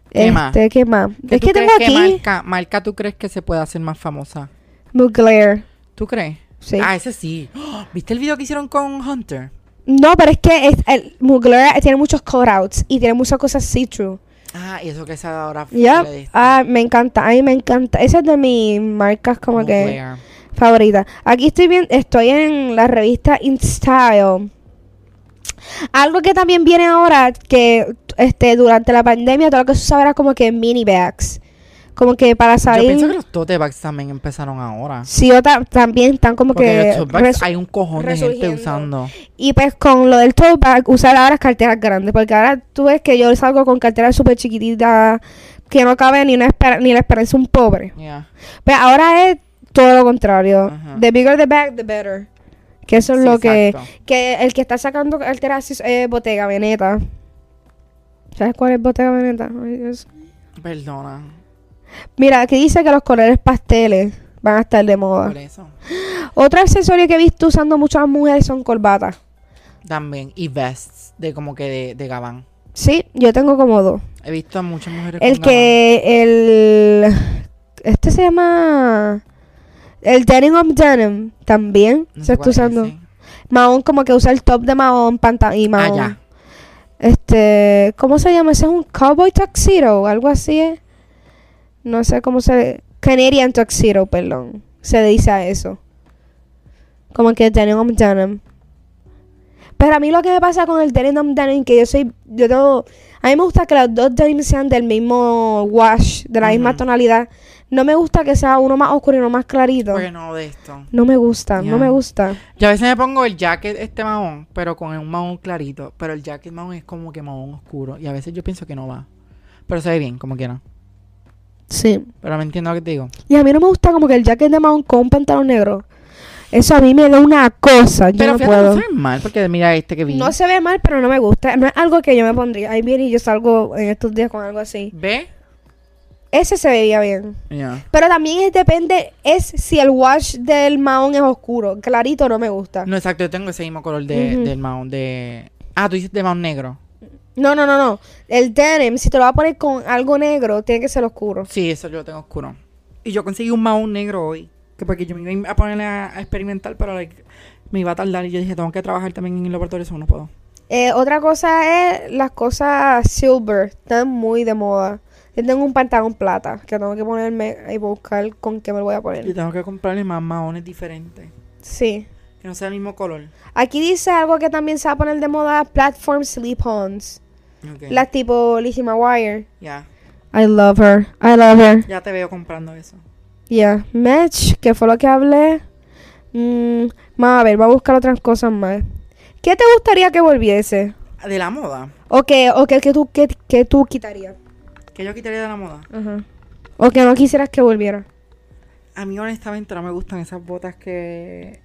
Speaker 2: ¿Qué más?
Speaker 1: Este, ¿qué más?
Speaker 2: ¿Qué
Speaker 1: es
Speaker 2: tú
Speaker 1: que
Speaker 2: crees
Speaker 1: tengo
Speaker 2: que
Speaker 1: aquí
Speaker 2: marca, marca tú crees que se puede hacer más famosa?
Speaker 1: Mugler.
Speaker 2: ¿Tú crees?
Speaker 1: Sí.
Speaker 2: Ah, ese sí. ¡Oh! ¿Viste el video que hicieron con Hunter?
Speaker 1: No, pero es que es, el Mugler tiene muchos cutouts y tiene muchas cosas see-through. Ah,
Speaker 2: Ah, y eso que se ahora. este.
Speaker 1: Ya. Ah, me encanta. A mí me encanta. Esa es de mis marcas como que. favorita. Aquí estoy bien, estoy en la revista InStyle. Algo que también viene ahora, que este, durante la pandemia todo lo que se usaba era como que mini bags. Como que para
Speaker 2: Yo
Speaker 1: salir...
Speaker 2: pienso que los tote bags también empezaron ahora.
Speaker 1: Sí, o ta- también están como
Speaker 2: Porque
Speaker 1: que...
Speaker 2: los tote bags
Speaker 1: resu-
Speaker 2: hay un cojón de gente
Speaker 1: resurgiendo.
Speaker 2: usando.
Speaker 1: Y pues con lo del tote bag, usar ahora carteras grandes. Porque ahora tú ves que yo salgo con carteras súper chiquititas que no cabe ni, una esper- ni la esperanza de un pobre.
Speaker 2: Yeah.
Speaker 1: Pero Pues ahora es todo lo contrario.
Speaker 2: Ajá.
Speaker 1: The bigger the bag, the better. Que eso es
Speaker 2: Sí,
Speaker 1: lo que,
Speaker 2: exacto.
Speaker 1: que... El que está sacando carteras es eh, Bottega Veneta. ¿Sabes cuál es Bottega Veneta? Ay, Dios.
Speaker 2: Perdona.
Speaker 1: Mira, aquí dice que los colores pasteles van a estar de moda.
Speaker 2: Por eso.
Speaker 1: Otro accesorio que he visto usando muchas mujeres son corbatas.
Speaker 2: También. Y vests de como que de, de gabán.
Speaker 1: Sí, yo tengo como dos.
Speaker 2: He visto a muchas mujeres
Speaker 1: El
Speaker 2: con
Speaker 1: que el este se llama el denim on denim también
Speaker 2: gabán. No
Speaker 1: se
Speaker 2: sé
Speaker 1: está
Speaker 2: cuál es
Speaker 1: usando.
Speaker 2: ese.
Speaker 1: Mahón como que usa el top de Mahón, pantalón y
Speaker 2: Ah,
Speaker 1: Mahón.
Speaker 2: ya.
Speaker 1: Este, ¿cómo se llama? Ese es un cowboy tuxedo o algo así. eh. No sé cómo se Canadian tuxedo, perdón. Se le dice a eso. Como que denim on denim. Pero a mí lo que me pasa con el denim on denim que yo soy yo tengo a mí me gusta que los dos denim sean del mismo wash, de la misma
Speaker 2: Ujú.
Speaker 1: tonalidad. No me gusta que sea uno más oscuro y uno más clarito.
Speaker 2: Porque no de esto.
Speaker 1: No me gusta,
Speaker 2: Ya.
Speaker 1: no me gusta.
Speaker 2: Yo a veces me pongo el jacket este mahón, pero con un mahón clarito. Pero el jacket mahón es como que mahón oscuro. Y a veces yo pienso que no va. Pero se ve bien, como quiera.
Speaker 1: Sí.
Speaker 2: Pero me entiendo lo que te digo.
Speaker 1: Y a mí no me gusta como que el jacket de Mahon con un pantalón negro. Eso a mí me da una cosa. Yo
Speaker 2: pero
Speaker 1: no
Speaker 2: fíjate, no
Speaker 1: puedo.
Speaker 2: se ve mal, porque mira este que vi.
Speaker 1: No se ve mal, pero no me gusta. No es algo que yo me pondría. Ahí viene y yo salgo en estos días con algo así.
Speaker 2: ¿Ve?
Speaker 1: Ese se veía bien.
Speaker 2: Ya.
Speaker 1: Pero también es- depende, es si el wash del mahón es oscuro. Clarito no me gusta.
Speaker 2: No, exacto, yo tengo ese mismo color de,
Speaker 1: Ujú.
Speaker 2: del mahón de... Ah, tú dices de mahón negro.
Speaker 1: No, no, no, no. El denim, si te lo vas a poner con algo negro, tiene que ser oscuro.
Speaker 2: Sí, eso yo lo tengo oscuro. Y yo conseguí un mahón negro hoy. Que porque yo me iba a poner a, a experimentar, pero like, me iba a tardar. Y yo dije, tengo que trabajar también en el laboratorio, eso no puedo.
Speaker 1: Eh, otra cosa es las cosas silver, están muy de moda. Yo tengo un pantalón plata que tengo que ponerme y buscar con qué me lo voy a
Speaker 2: Yo
Speaker 1: poner.
Speaker 2: tengo que comprarle más mahones diferentes.
Speaker 1: Sí.
Speaker 2: Que no sea el mismo color.
Speaker 1: Aquí dice algo que también se va a poner de moda, platform slip-ons.
Speaker 2: Okay.
Speaker 1: Las tipo Lizzie McGuire.
Speaker 2: Ya,
Speaker 1: I love her, I love her.
Speaker 2: ya te veo comprando eso.
Speaker 1: Yeah, match, que fue lo que hablé. Mm, vamos a ver, voy a buscar otras cosas más. ¿Qué te gustaría que volviese?
Speaker 2: De la moda.
Speaker 1: ¿O que, o que, que tú, que, que tú quitarías?
Speaker 2: Que yo quitaría de la moda.
Speaker 1: Ajá. O que no quisieras que volviera.
Speaker 2: A mí honestamente no me gustan esas botas que...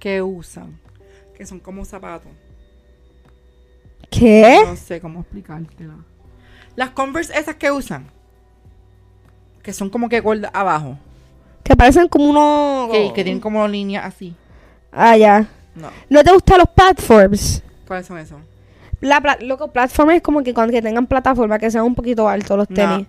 Speaker 2: Que usan. Que son como zapatos.
Speaker 1: ¿Qué?
Speaker 2: No sé cómo explicártela. Las Converse esas que usan. Que son como que gordas abajo.
Speaker 1: Que parecen como unos...
Speaker 2: Que, que tienen como líneas así.
Speaker 1: Ah, ya.
Speaker 2: Oh. No.
Speaker 1: ¿No te gustan los platforms?
Speaker 2: ¿Cuáles son esos?
Speaker 1: La pla- loco, platform es como que cuando que tengan plataforma que sean un poquito altos los
Speaker 2: No.
Speaker 1: tenis.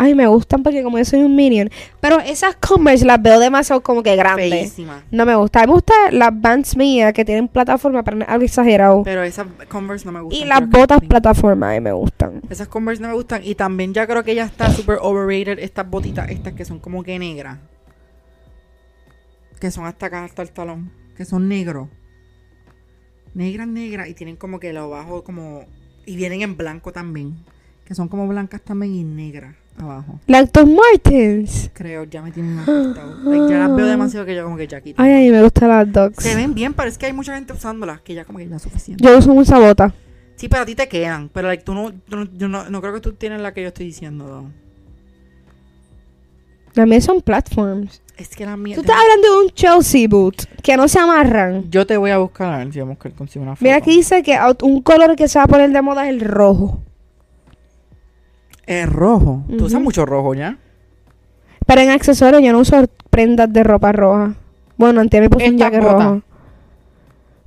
Speaker 1: Ay, me gustan porque como yo soy un minion. Pero esas Converse las veo demasiado como que grandes.
Speaker 2: Feísimas.
Speaker 1: No me gusta. A mí me gustan las bands mías que tienen plataforma, pero no es algo exagerado.
Speaker 2: Pero esas Converse no me gustan.
Speaker 1: Y las
Speaker 2: creo que
Speaker 1: botas
Speaker 2: sí.
Speaker 1: plataforma, ay, me gustan.
Speaker 2: Esas Converse no me gustan. Y también ya creo que ya está super overrated estas botitas estas que son como que negras. Que son hasta acá, hasta el talón. Que son negros. Negras, negras. Y tienen como que lo bajo como... Y vienen en blanco también. Que son como blancas también y negras abajo.
Speaker 1: Lactos Martins.
Speaker 2: Creo, ya me tienen asustado. Like, ya las veo demasiado que yo como que ya quito.
Speaker 1: Ay, ay, me gustan las dogs.
Speaker 2: Se ven bien, pero es que hay mucha gente usándolas que ya como que ya es suficiente.
Speaker 1: Yo uso mucha bota.
Speaker 2: Sí, pero a ti te quedan. Pero like, tú no, tú no- yo no, no creo que tú tienes la que yo estoy diciendo. Don.
Speaker 1: También son platforms.
Speaker 2: Es que la mía.
Speaker 1: Tú estás hablando de un Chelsea boot que no se amarran.
Speaker 2: Yo te voy a buscar, a ver si voy a buscar consigo una foto.
Speaker 1: Mira, aquí dice que aut- un color que se va a poner de moda es el rojo.
Speaker 2: Es rojo. Tú usas
Speaker 1: Ujú.
Speaker 2: mucho rojo, ¿ya?
Speaker 1: Pero en accesorios yo no uso prendas de ropa roja. Bueno, antes me puse un
Speaker 2: Estas
Speaker 1: jacket
Speaker 2: botas.
Speaker 1: rojo.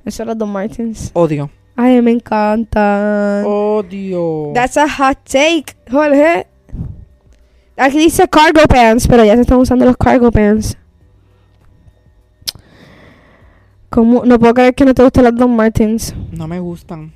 Speaker 1: Eso los Don Martins.
Speaker 2: Odio.
Speaker 1: Ay, me encantan.
Speaker 2: Oh. Odio.
Speaker 1: That's a hot take, Jorge. Aquí dice cargo pants, pero ya se están usando los cargo pants. ¿Cómo? No puedo creer que no te gusten las Don Martins.
Speaker 2: No me gustan.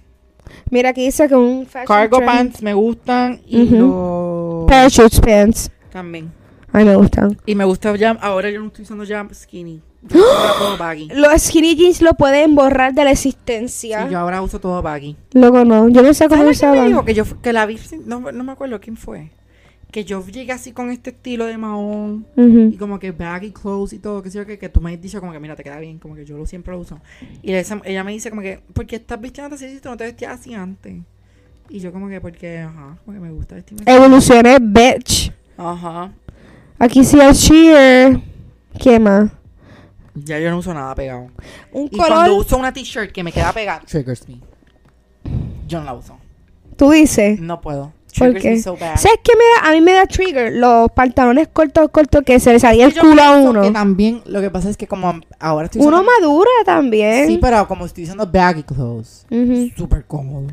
Speaker 1: Mira, aquí dice que un fashion
Speaker 2: Cargo
Speaker 1: trend-
Speaker 2: pants me gustan y
Speaker 1: Ujú.
Speaker 2: los.
Speaker 1: Parachute pants.
Speaker 2: También.
Speaker 1: Ay, A mí me gustan.
Speaker 2: Y me gusta ya, ahora yo no estoy usando ya skinny. Yo
Speaker 1: ¡Ah!
Speaker 2: ahora todo baggy.
Speaker 1: Los skinny jeans lo pueden borrar de la
Speaker 2: Sí,
Speaker 1: existencia.
Speaker 2: yo ahora uso todo baggy.
Speaker 1: Loco, no. Yo no sé cómo lo
Speaker 2: ¿Sabes quién me
Speaker 1: usaban.
Speaker 2: dijo? Que yo fu- que la virgen, no, no me acuerdo quién fue. Que yo llegué así con este estilo de mahón. Y
Speaker 1: Ujú.
Speaker 2: como que baggy clothes y todo, que sé yo, que, que tú me has dicho como que mira, te queda bien, como que yo lo siempre lo uso. Y esa- ella me dice como que, ¿por qué estás vistiendo así si tú no te vestías así antes? Y yo como que, porque, ajá, como que me gusta vestirme así.
Speaker 1: Evolucioné, bitch.
Speaker 2: Ajá.
Speaker 1: Aquí sí hay cheer. ¿Qué más?
Speaker 2: Ya yo no uso nada pegado.
Speaker 1: Un
Speaker 2: Y cuando
Speaker 1: color.
Speaker 2: uso una t-shirt que me queda pegada, triggers me. Yo no la uso.
Speaker 1: Tú dices.
Speaker 2: No puedo.
Speaker 1: ¿Por
Speaker 2: Triggers
Speaker 1: qué?
Speaker 2: me so bad.
Speaker 1: ¿Sabes qué me da? A mí me da trigger los pantalones cortos, cortos que se le salía el
Speaker 2: Yo
Speaker 1: culo a
Speaker 2: pienso Que
Speaker 1: uno.
Speaker 2: también lo que pasa es que como ahora estoy usando...
Speaker 1: Uno madura también.
Speaker 2: Sí, pues. pero como estoy usando baggy clothes.
Speaker 1: Ujú.
Speaker 2: súper cómodo.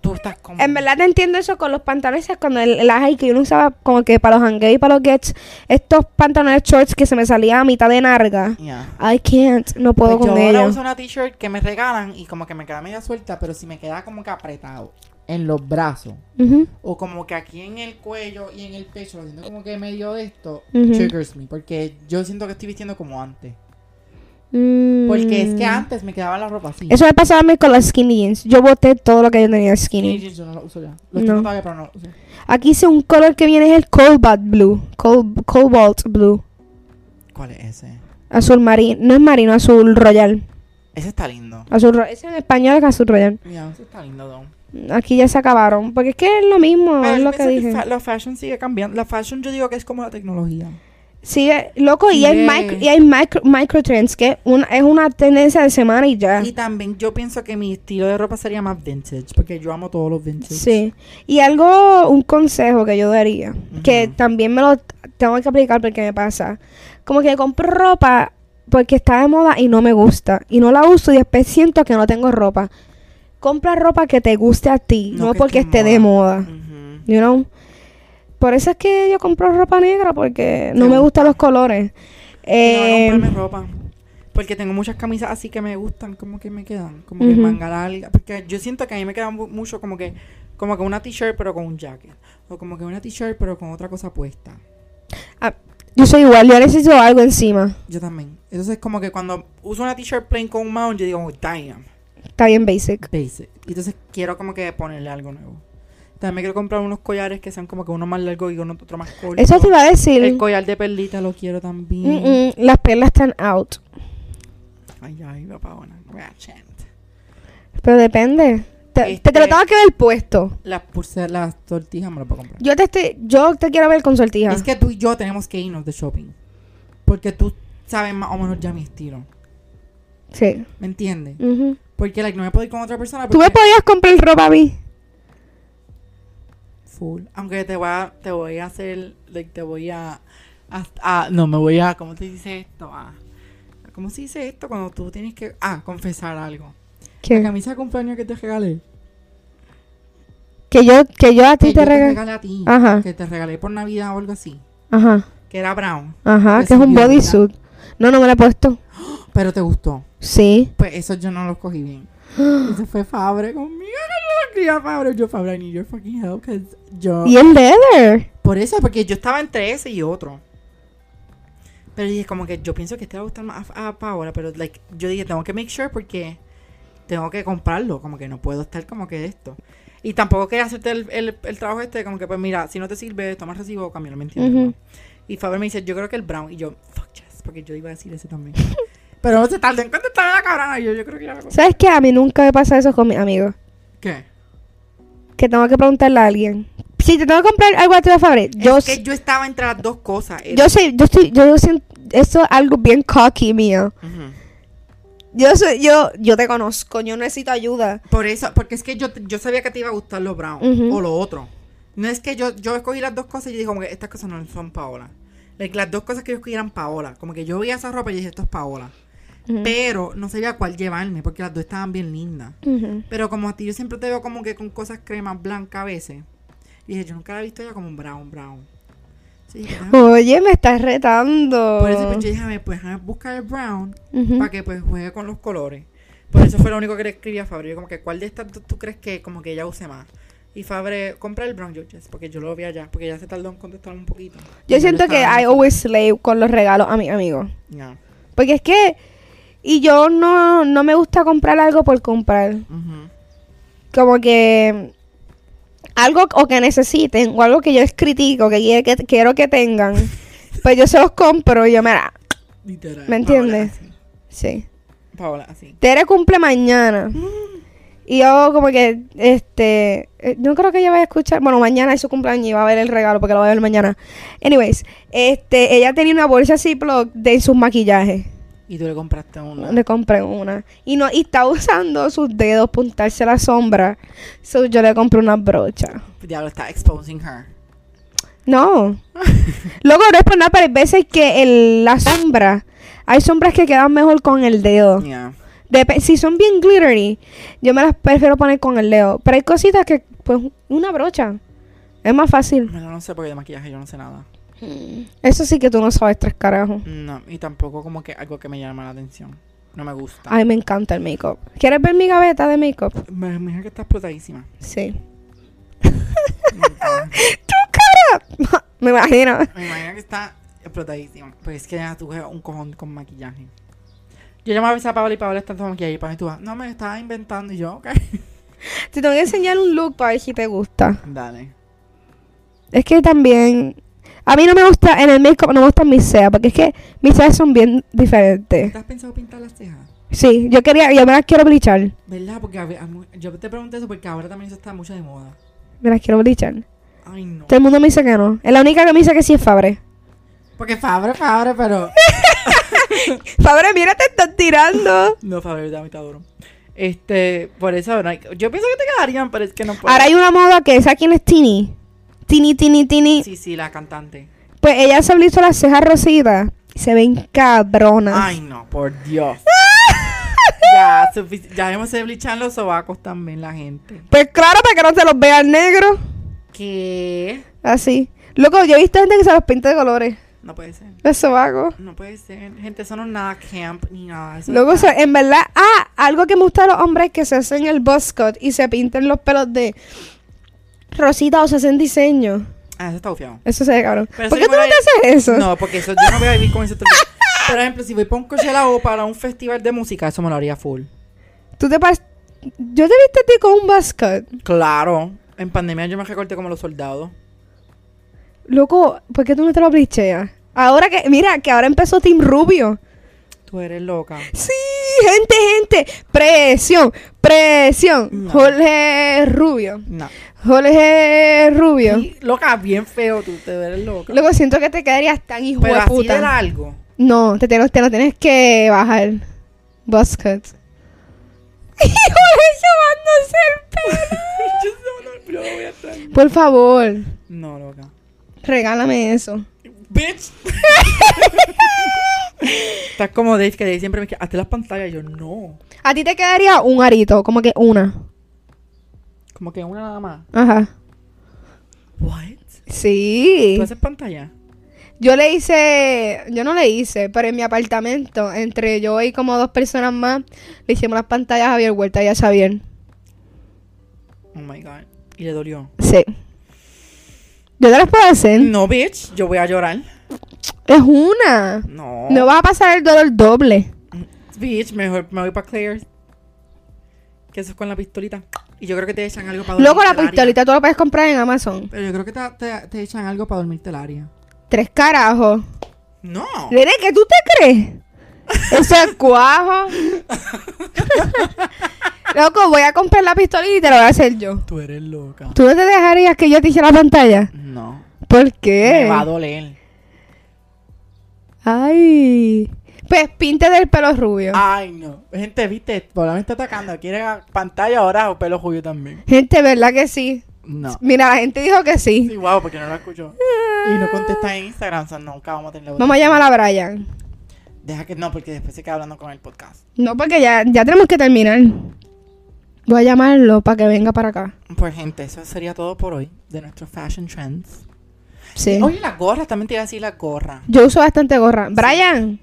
Speaker 2: Tú estás cómodo.
Speaker 1: En verdad te entiendo eso con los pantalones, ¿sabes? cuando el, el ajay que yo no usaba como que para los hangueos y para los gets, estos pantalones shorts que se me salía a mitad de narga.
Speaker 2: Ya.
Speaker 1: I can't, no puedo
Speaker 2: Pues yo
Speaker 1: con
Speaker 2: ahora
Speaker 1: ellos.
Speaker 2: uso una t-shirt que me regalan y como que me queda media suelta, pero si me queda como que apretado en los brazos
Speaker 1: Ujú.
Speaker 2: o como que aquí en el cuello y en el pecho, lo siento como que medio de esto,
Speaker 1: Ujú.
Speaker 2: triggers me porque yo siento que estoy vistiendo como antes.
Speaker 1: Mm.
Speaker 2: Porque es que antes me quedaba la ropa así.
Speaker 1: Eso me pasaba a mí con las skinny jeans. Yo boté todo lo que yo tenía
Speaker 2: Y
Speaker 1: skinny.
Speaker 2: yo- yo no lo uso ya. Lo tengo
Speaker 1: No.
Speaker 2: todavía, pero no lo uso.
Speaker 1: Aquí hice un color que viene es el cobalt blue. Col- cobalt blue.
Speaker 2: ¿Cuál es ese?
Speaker 1: Azul marino. No es marino, azul royal.
Speaker 2: Ese está lindo.
Speaker 1: Azul ro- es en español es azul royal.
Speaker 2: Mira, ese está lindo, don.
Speaker 1: Aquí ya se acabaron. Porque es que es lo mismo,
Speaker 2: Pero
Speaker 1: es
Speaker 2: yo
Speaker 1: lo que
Speaker 2: pienso
Speaker 1: dije.
Speaker 2: fa- la fashion sigue cambiando. La fashion yo digo que es como la tecnología.
Speaker 1: Sigue, loco, y hay,
Speaker 2: Sigue.
Speaker 1: micro, y hay micro, microtrends, que una- es una tendencia de semana y ya.
Speaker 2: Y también yo pienso que mi estilo de ropa sería más vintage, porque yo amo todos los vintage.
Speaker 1: Sí. Y algo, un consejo que yo daría, que
Speaker 2: Ujú.
Speaker 1: también me lo tengo que aplicar porque me pasa. Como que compro ropa porque está de moda y no me gusta. Y no la uso y después siento que no tengo ropa. Compra ropa que te guste a ti,
Speaker 2: No
Speaker 1: no,
Speaker 2: que
Speaker 1: porque esté
Speaker 2: esté en
Speaker 1: de
Speaker 2: moda.
Speaker 1: moda. You know? Por eso es que yo compro ropa negra porque no me
Speaker 2: Te gusta.
Speaker 1: gustan los colores. Eh,
Speaker 2: no, no comprarme ropa. Porque tengo muchas camisas así que me gustan, como que me quedan, como que
Speaker 1: Ujú.
Speaker 2: manga larga. Porque yo siento que a mí me quedan mu- mucho como que, como que una t-shirt pero con un jacket. O como que una t-shirt pero con otra cosa puesta.
Speaker 1: yo soy igual, yo necesito algo encima.
Speaker 2: Yo también. Entonces como que cuando uso una t-shirt plain con un mount, yo digo, oh, damn,
Speaker 1: Está bien basic.
Speaker 2: basic. Y Entonces quiero como que ponerle algo nuevo. También quiero comprar unos collares que sean como que uno más largo y uno otro más corto.
Speaker 1: Eso te iba a decir.
Speaker 2: El collar de perlita lo quiero también.
Speaker 1: Mm, mm, las perlas están out.
Speaker 2: Ay, ay, papá, una ratchet.
Speaker 1: Pero depende. Te,
Speaker 2: Este-
Speaker 1: te, te lo tengo que ver puesto.
Speaker 2: Las pulseras, las tortillas me las puedo comprar.
Speaker 1: Yo te estoy, yo te quiero ver con sortija.
Speaker 2: Es que tú y yo tenemos que irnos de shopping. Porque tú sabes más o menos ya mi estilo.
Speaker 1: Sí.
Speaker 2: ¿Me entiendes?
Speaker 1: Ujú.
Speaker 2: Porque like, no me puedo ir con otra persona.
Speaker 1: Mm. Tú
Speaker 2: porque-
Speaker 1: me podías comprar ropa a mí.
Speaker 2: Full. Aunque te voy a, te voy a hacer, like, te voy a, a- a- no me voy a, ¿cómo se dice esto? A- ¿Cómo se dice esto cuando tú tienes que, ah, confesar algo? La
Speaker 1: Que,
Speaker 2: camisa de cumpleaños que te regalé.
Speaker 1: que yo, que yo a ti
Speaker 2: que
Speaker 1: te
Speaker 2: yo
Speaker 1: regalé.
Speaker 2: regalé a ti.
Speaker 1: Ajá.
Speaker 2: Que te regalé por Navidad o algo así.
Speaker 1: Ajá,
Speaker 2: Que era brown.
Speaker 1: ajá,
Speaker 2: Pues
Speaker 1: que es un
Speaker 2: sí, ¿verdad?
Speaker 1: bodysuit. No, no me la he puesto.
Speaker 2: Pero te gustó.
Speaker 1: Sí.
Speaker 2: Pues eso yo no los cogí bien. Eso fue Fabre conmigo. No lo quería Fabre. Yo, Fabre, I need your fucking help. 'cause yo...
Speaker 1: Y el leather.
Speaker 2: Por eso, porque yo estaba entre ese y otro. Pero dije, como que yo pienso que este va a gustar más a, a Paola. Pero like, yo dije, tengo que make sure porque tengo que comprarlo. Como que no puedo estar como que de esto. Y tampoco quería hacerte el, el- el trabajo este. Como que, pues mira, si no te sirve, toma el recibo o cámbialo, ¿me entiendes?
Speaker 1: Ujú.
Speaker 2: no? Y Faber me dice, yo creo que el brown. Y yo, fuck yes, porque yo iba a decir ese también. Pero se tardó en contestar la cabrona. Y yo, yo creo que ya la
Speaker 1: ¿Sabes qué? A mí nunca me pasa eso con mis amigos.
Speaker 2: ¿Qué?
Speaker 1: Que tengo que preguntarle a alguien. Si te tengo que comprar algo a ti, Fabre, yo,
Speaker 2: es que yo estaba entre las dos cosas. Era-
Speaker 1: yo sé, yo estoy, yo siento, eso es algo bien cocky mío.
Speaker 2: Ujú.
Speaker 1: Yo soy, yo, yo te conozco, yo necesito ayuda.
Speaker 2: Por eso, porque es que yo, yo sabía que te iba a gustar lo brown
Speaker 1: Ujú.
Speaker 2: o lo otro. No es que yo, yo escogí las dos cosas y yo dije, como que estas cosas no son Paola. Like, las dos cosas que yo escogí eran Paola. Como que yo veía esa ropa y dije, esto es Paola.
Speaker 1: Ujú.
Speaker 2: Pero no sabía cuál llevarme porque las dos estaban bien lindas.
Speaker 1: Ujú.
Speaker 2: Pero como a ti yo siempre te veo como que con cosas cremas blancas a veces. Y dije, yo nunca la he visto ya como un brown, brown. Sí, dije, déjame-
Speaker 1: Oye, me estás retando.
Speaker 2: por eso pues, yo dije, "Déjame, pues, déjame buscar el brown
Speaker 1: Ujú.
Speaker 2: para que pues juegue con los Pues, colores. Por eso fue lo único que le escribí a Fabri, como que cuál de estas dos tú crees que como que ella use más. Y Fabre, compra el Brown Judges, porque yo lo vi allá, porque ya se tardó en contestarme un poquito.
Speaker 1: Yo
Speaker 2: Y
Speaker 1: siento que
Speaker 2: estaba
Speaker 1: I
Speaker 2: así.
Speaker 1: always slave con los regalos a mis amigos.
Speaker 2: Ya.
Speaker 1: Porque es que. Y yo no, no me gusta comprar algo por comprar.
Speaker 2: Ujú.
Speaker 1: Como que. Algo o que necesiten, o algo que yo les critico, que, quiere- que quiero que tengan. pues yo se los compro y yo, mira.
Speaker 2: Literal.
Speaker 1: ¿Me entiendes? Sí.
Speaker 2: Paola, así.
Speaker 1: Tere cumple mañana. Y yo como que, este, eh, no creo que ella vaya a escuchar, bueno, mañana es su cumpleaños y va a ver el regalo porque lo va a ver mañana. Anyways, este, ella tenía una bolsa Ziploc de sus maquillajes.
Speaker 2: Paola. Y tú le compraste una.
Speaker 1: Le compré una. Y no, y está usando sus dedos para untarse la sombra. So yo le compré una brocha.
Speaker 2: Diablo, está exposing her.
Speaker 1: No. Luego no es por nada, pero hay veces que el- la sombra, hay sombras que quedan mejor con el dedo.
Speaker 2: Yeah.
Speaker 1: Dep- si son bien glittery, yo me las prefiero poner con el dedo. Pero hay cositas que, pues, una brocha. Es más fácil.
Speaker 2: Bueno, no sé porque de maquillaje yo no sé nada.
Speaker 1: Eso sí que tú no sabes tres carajos.
Speaker 2: No, y tampoco como que algo que me llama la atención. No me gusta.
Speaker 1: Ay, me encanta el make-up. ¿Quieres ver mi gaveta de make-up?
Speaker 2: Me imagino que estás explotadísima.
Speaker 1: Sí.
Speaker 2: Me encanta.
Speaker 1: Me imagino.
Speaker 2: Me imagino que está explotadísima. Porque es que ya tú coges un cojón con maquillaje. Yo llamaba a veces a Paola y Paola está todo maquillaje. Y Paola tú vas, no me estaba inventando. Y yo, ok.
Speaker 1: Te tengo que enseñar un look para ver si te gusta.
Speaker 2: Dale.
Speaker 1: Es que también... A mí no me gusta, en el make-up no me gustan mis cejas, porque es que mis cejas son bien diferentes.
Speaker 2: ¿Te has pensado pintar las cejas?
Speaker 1: Sí, yo quería, yo me las quiero blichar.
Speaker 2: ¿Verdad? Porque a ve- a mu- yo te pregunté eso porque ahora también eso está mucho de moda.
Speaker 1: Me las quiero blichar.
Speaker 2: Ay, no.
Speaker 1: Todo el mundo me dice que no. Es la única que me dice que sí es Fabre.
Speaker 2: Porque Fabre, Fabre, pero...
Speaker 1: Fabre, mira, te están tirando.
Speaker 2: No, Fabre, yo también te adoro. Este, por eso, bueno, hay- yo pienso que te quedarían, pero es que no puedo.
Speaker 1: Ahora hay una moda que es a quién es Tini. Tini, Tini, Tini.
Speaker 2: Sí, sí, la cantante.
Speaker 1: Pues ella se hizo las cejas rositas. y Se ven cabronas.
Speaker 2: Ay, no, por Dios. ya, sufici- ya hemos de blichar los sobacos también la gente.
Speaker 1: Pues claro, para que no se los vea el negro.
Speaker 2: ¿Qué?
Speaker 1: Así. Loco, yo he visto gente que se los pinta de colores.
Speaker 2: No puede ser.
Speaker 1: Los sobacos.
Speaker 2: No puede ser. Gente, eso no es nada camp ni nada. Eso
Speaker 1: Luego,
Speaker 2: es nada.
Speaker 1: se- en verdad, ah, algo que me gusta de los hombres es que se hacen el buzz cut y se pintan los pelos de rosita o se hacen diseño.
Speaker 2: Ah, eso está bufiado.
Speaker 1: Eso se ve cabrón.
Speaker 2: Pero
Speaker 1: ¿Por
Speaker 2: eso
Speaker 1: qué tú no
Speaker 2: igual
Speaker 1: te haces eso?
Speaker 2: No, porque eso yo no voy a vivir con eso. todo el día. Por ejemplo, si voy para un Coachella o para un festival de música, eso me lo haría full.
Speaker 1: Tú te pas- Yo te viste a ti con un buzz cut.
Speaker 2: Claro. En pandemia yo me recorté como los soldados.
Speaker 1: Loco, ¿por qué tú no te lo blicheas? Ahora que, mira, que ahora empezó Team Rubio.
Speaker 2: Tú eres loca.
Speaker 1: Sí, gente, gente. Presión, presión.
Speaker 2: No.
Speaker 1: Jorge Rubio.
Speaker 2: No.
Speaker 1: Jorge Rubio.
Speaker 2: Sí, loca, bien feo tú. Te eres loca.
Speaker 1: Luego siento que te quedarías tan hijo
Speaker 2: Pero
Speaker 1: de
Speaker 2: así de
Speaker 1: puta.
Speaker 2: largo.
Speaker 1: No, te, te, lo, te lo tienes que bajar. Buzz cut. Y Jorge llevándose el
Speaker 2: Yo sé, no, pero lo voy a traer.
Speaker 1: pelo. Por favor,
Speaker 2: No, loca.
Speaker 1: regálame eso.
Speaker 2: Bitch. Estás como Dave, que Dave siempre me dice, hazte las pantallas. Y yo, no.
Speaker 1: A ti te quedaría un arito, como que una.
Speaker 2: Como que una nada más.
Speaker 1: Ajá.
Speaker 2: What?
Speaker 1: Sí.
Speaker 2: ¿Tú haces pantalla?
Speaker 1: Yo le hice, yo no le hice, pero en mi apartamento, entre yo y como dos personas más, le hicimos las pantallas a Javier Huerta y a Xavier.
Speaker 2: Oh my god. Y le dolió.
Speaker 1: Sí. Yo te las puedo hacer.
Speaker 2: No, bitch. Yo voy a llorar.
Speaker 1: Es una.
Speaker 2: No.
Speaker 1: No vas a pasar el dolor doble.
Speaker 2: Bitch, mejor me voy para Claire's. Que eso es con la pistolita. Y yo creo que te echan algo para
Speaker 1: Luego la
Speaker 2: dormirte el área.
Speaker 1: pistolita tú la puedes comprar en Amazon.
Speaker 2: Pero yo creo que te, te- te echan algo para dormirte el área.
Speaker 1: Tres carajos.
Speaker 2: No.
Speaker 1: Nene, ¿qué tú te crees? Eso es cuajo. Loco, voy a comprar la pistolita y te la voy a hacer yo.
Speaker 2: Tú eres loca.
Speaker 1: ¿Tú no te dejarías que yo te hiciera la pantalla?
Speaker 2: No.
Speaker 1: ¿Por qué?
Speaker 2: Me va a doler.
Speaker 1: Ay. Pues pinte del pelo rubio.
Speaker 2: Ay, no. Gente, viste, por la me está atacando. Quiere pantalla ahora o pelo judío también.
Speaker 1: Gente, ¿verdad que sí?
Speaker 2: No.
Speaker 1: Mira, la gente dijo que sí.
Speaker 2: Sí, wow, porque no lo escucho. Y no contesta en Instagram, o sea, nunca vamos a tener la
Speaker 1: Vamos a llamar a Brian.
Speaker 2: Deja que no, porque después se queda hablando con el podcast.
Speaker 1: No, porque ya, ya tenemos que terminar. Voy a llamarlo para que venga para acá.
Speaker 2: Pues, gente, eso sería todo por hoy de nuestros fashion trends.
Speaker 1: Sí.
Speaker 2: Oye, las gorras, también te iba a decir las gorras.
Speaker 1: Yo uso bastante gorra. Brian.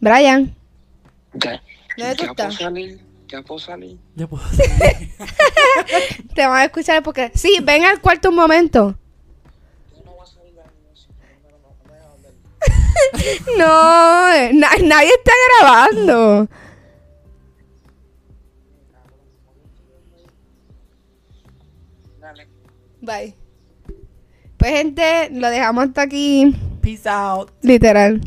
Speaker 1: Brian.
Speaker 3: Ya,
Speaker 1: ¿Dónde tú
Speaker 3: ya puedo
Speaker 1: estás?
Speaker 3: salir. Ya puedo salir.
Speaker 2: Ya puedo salir.
Speaker 1: Te van a escuchar porque. Sí, ven al cuarto un momento.
Speaker 3: Yo no voy a salir de la universidad. No, no, no, no me dejan ver.
Speaker 1: No, na- nadie está grabando.
Speaker 3: Dale.
Speaker 1: Bye. Pues, gente, lo dejamos hasta aquí.
Speaker 2: Peace out.
Speaker 1: Literal.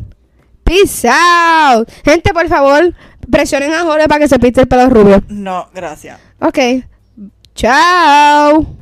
Speaker 1: Peace out. Gente, por favor, presionen a Jorge para que se pinte el pelo rubio.
Speaker 2: No, gracias.
Speaker 1: Ok. Chao.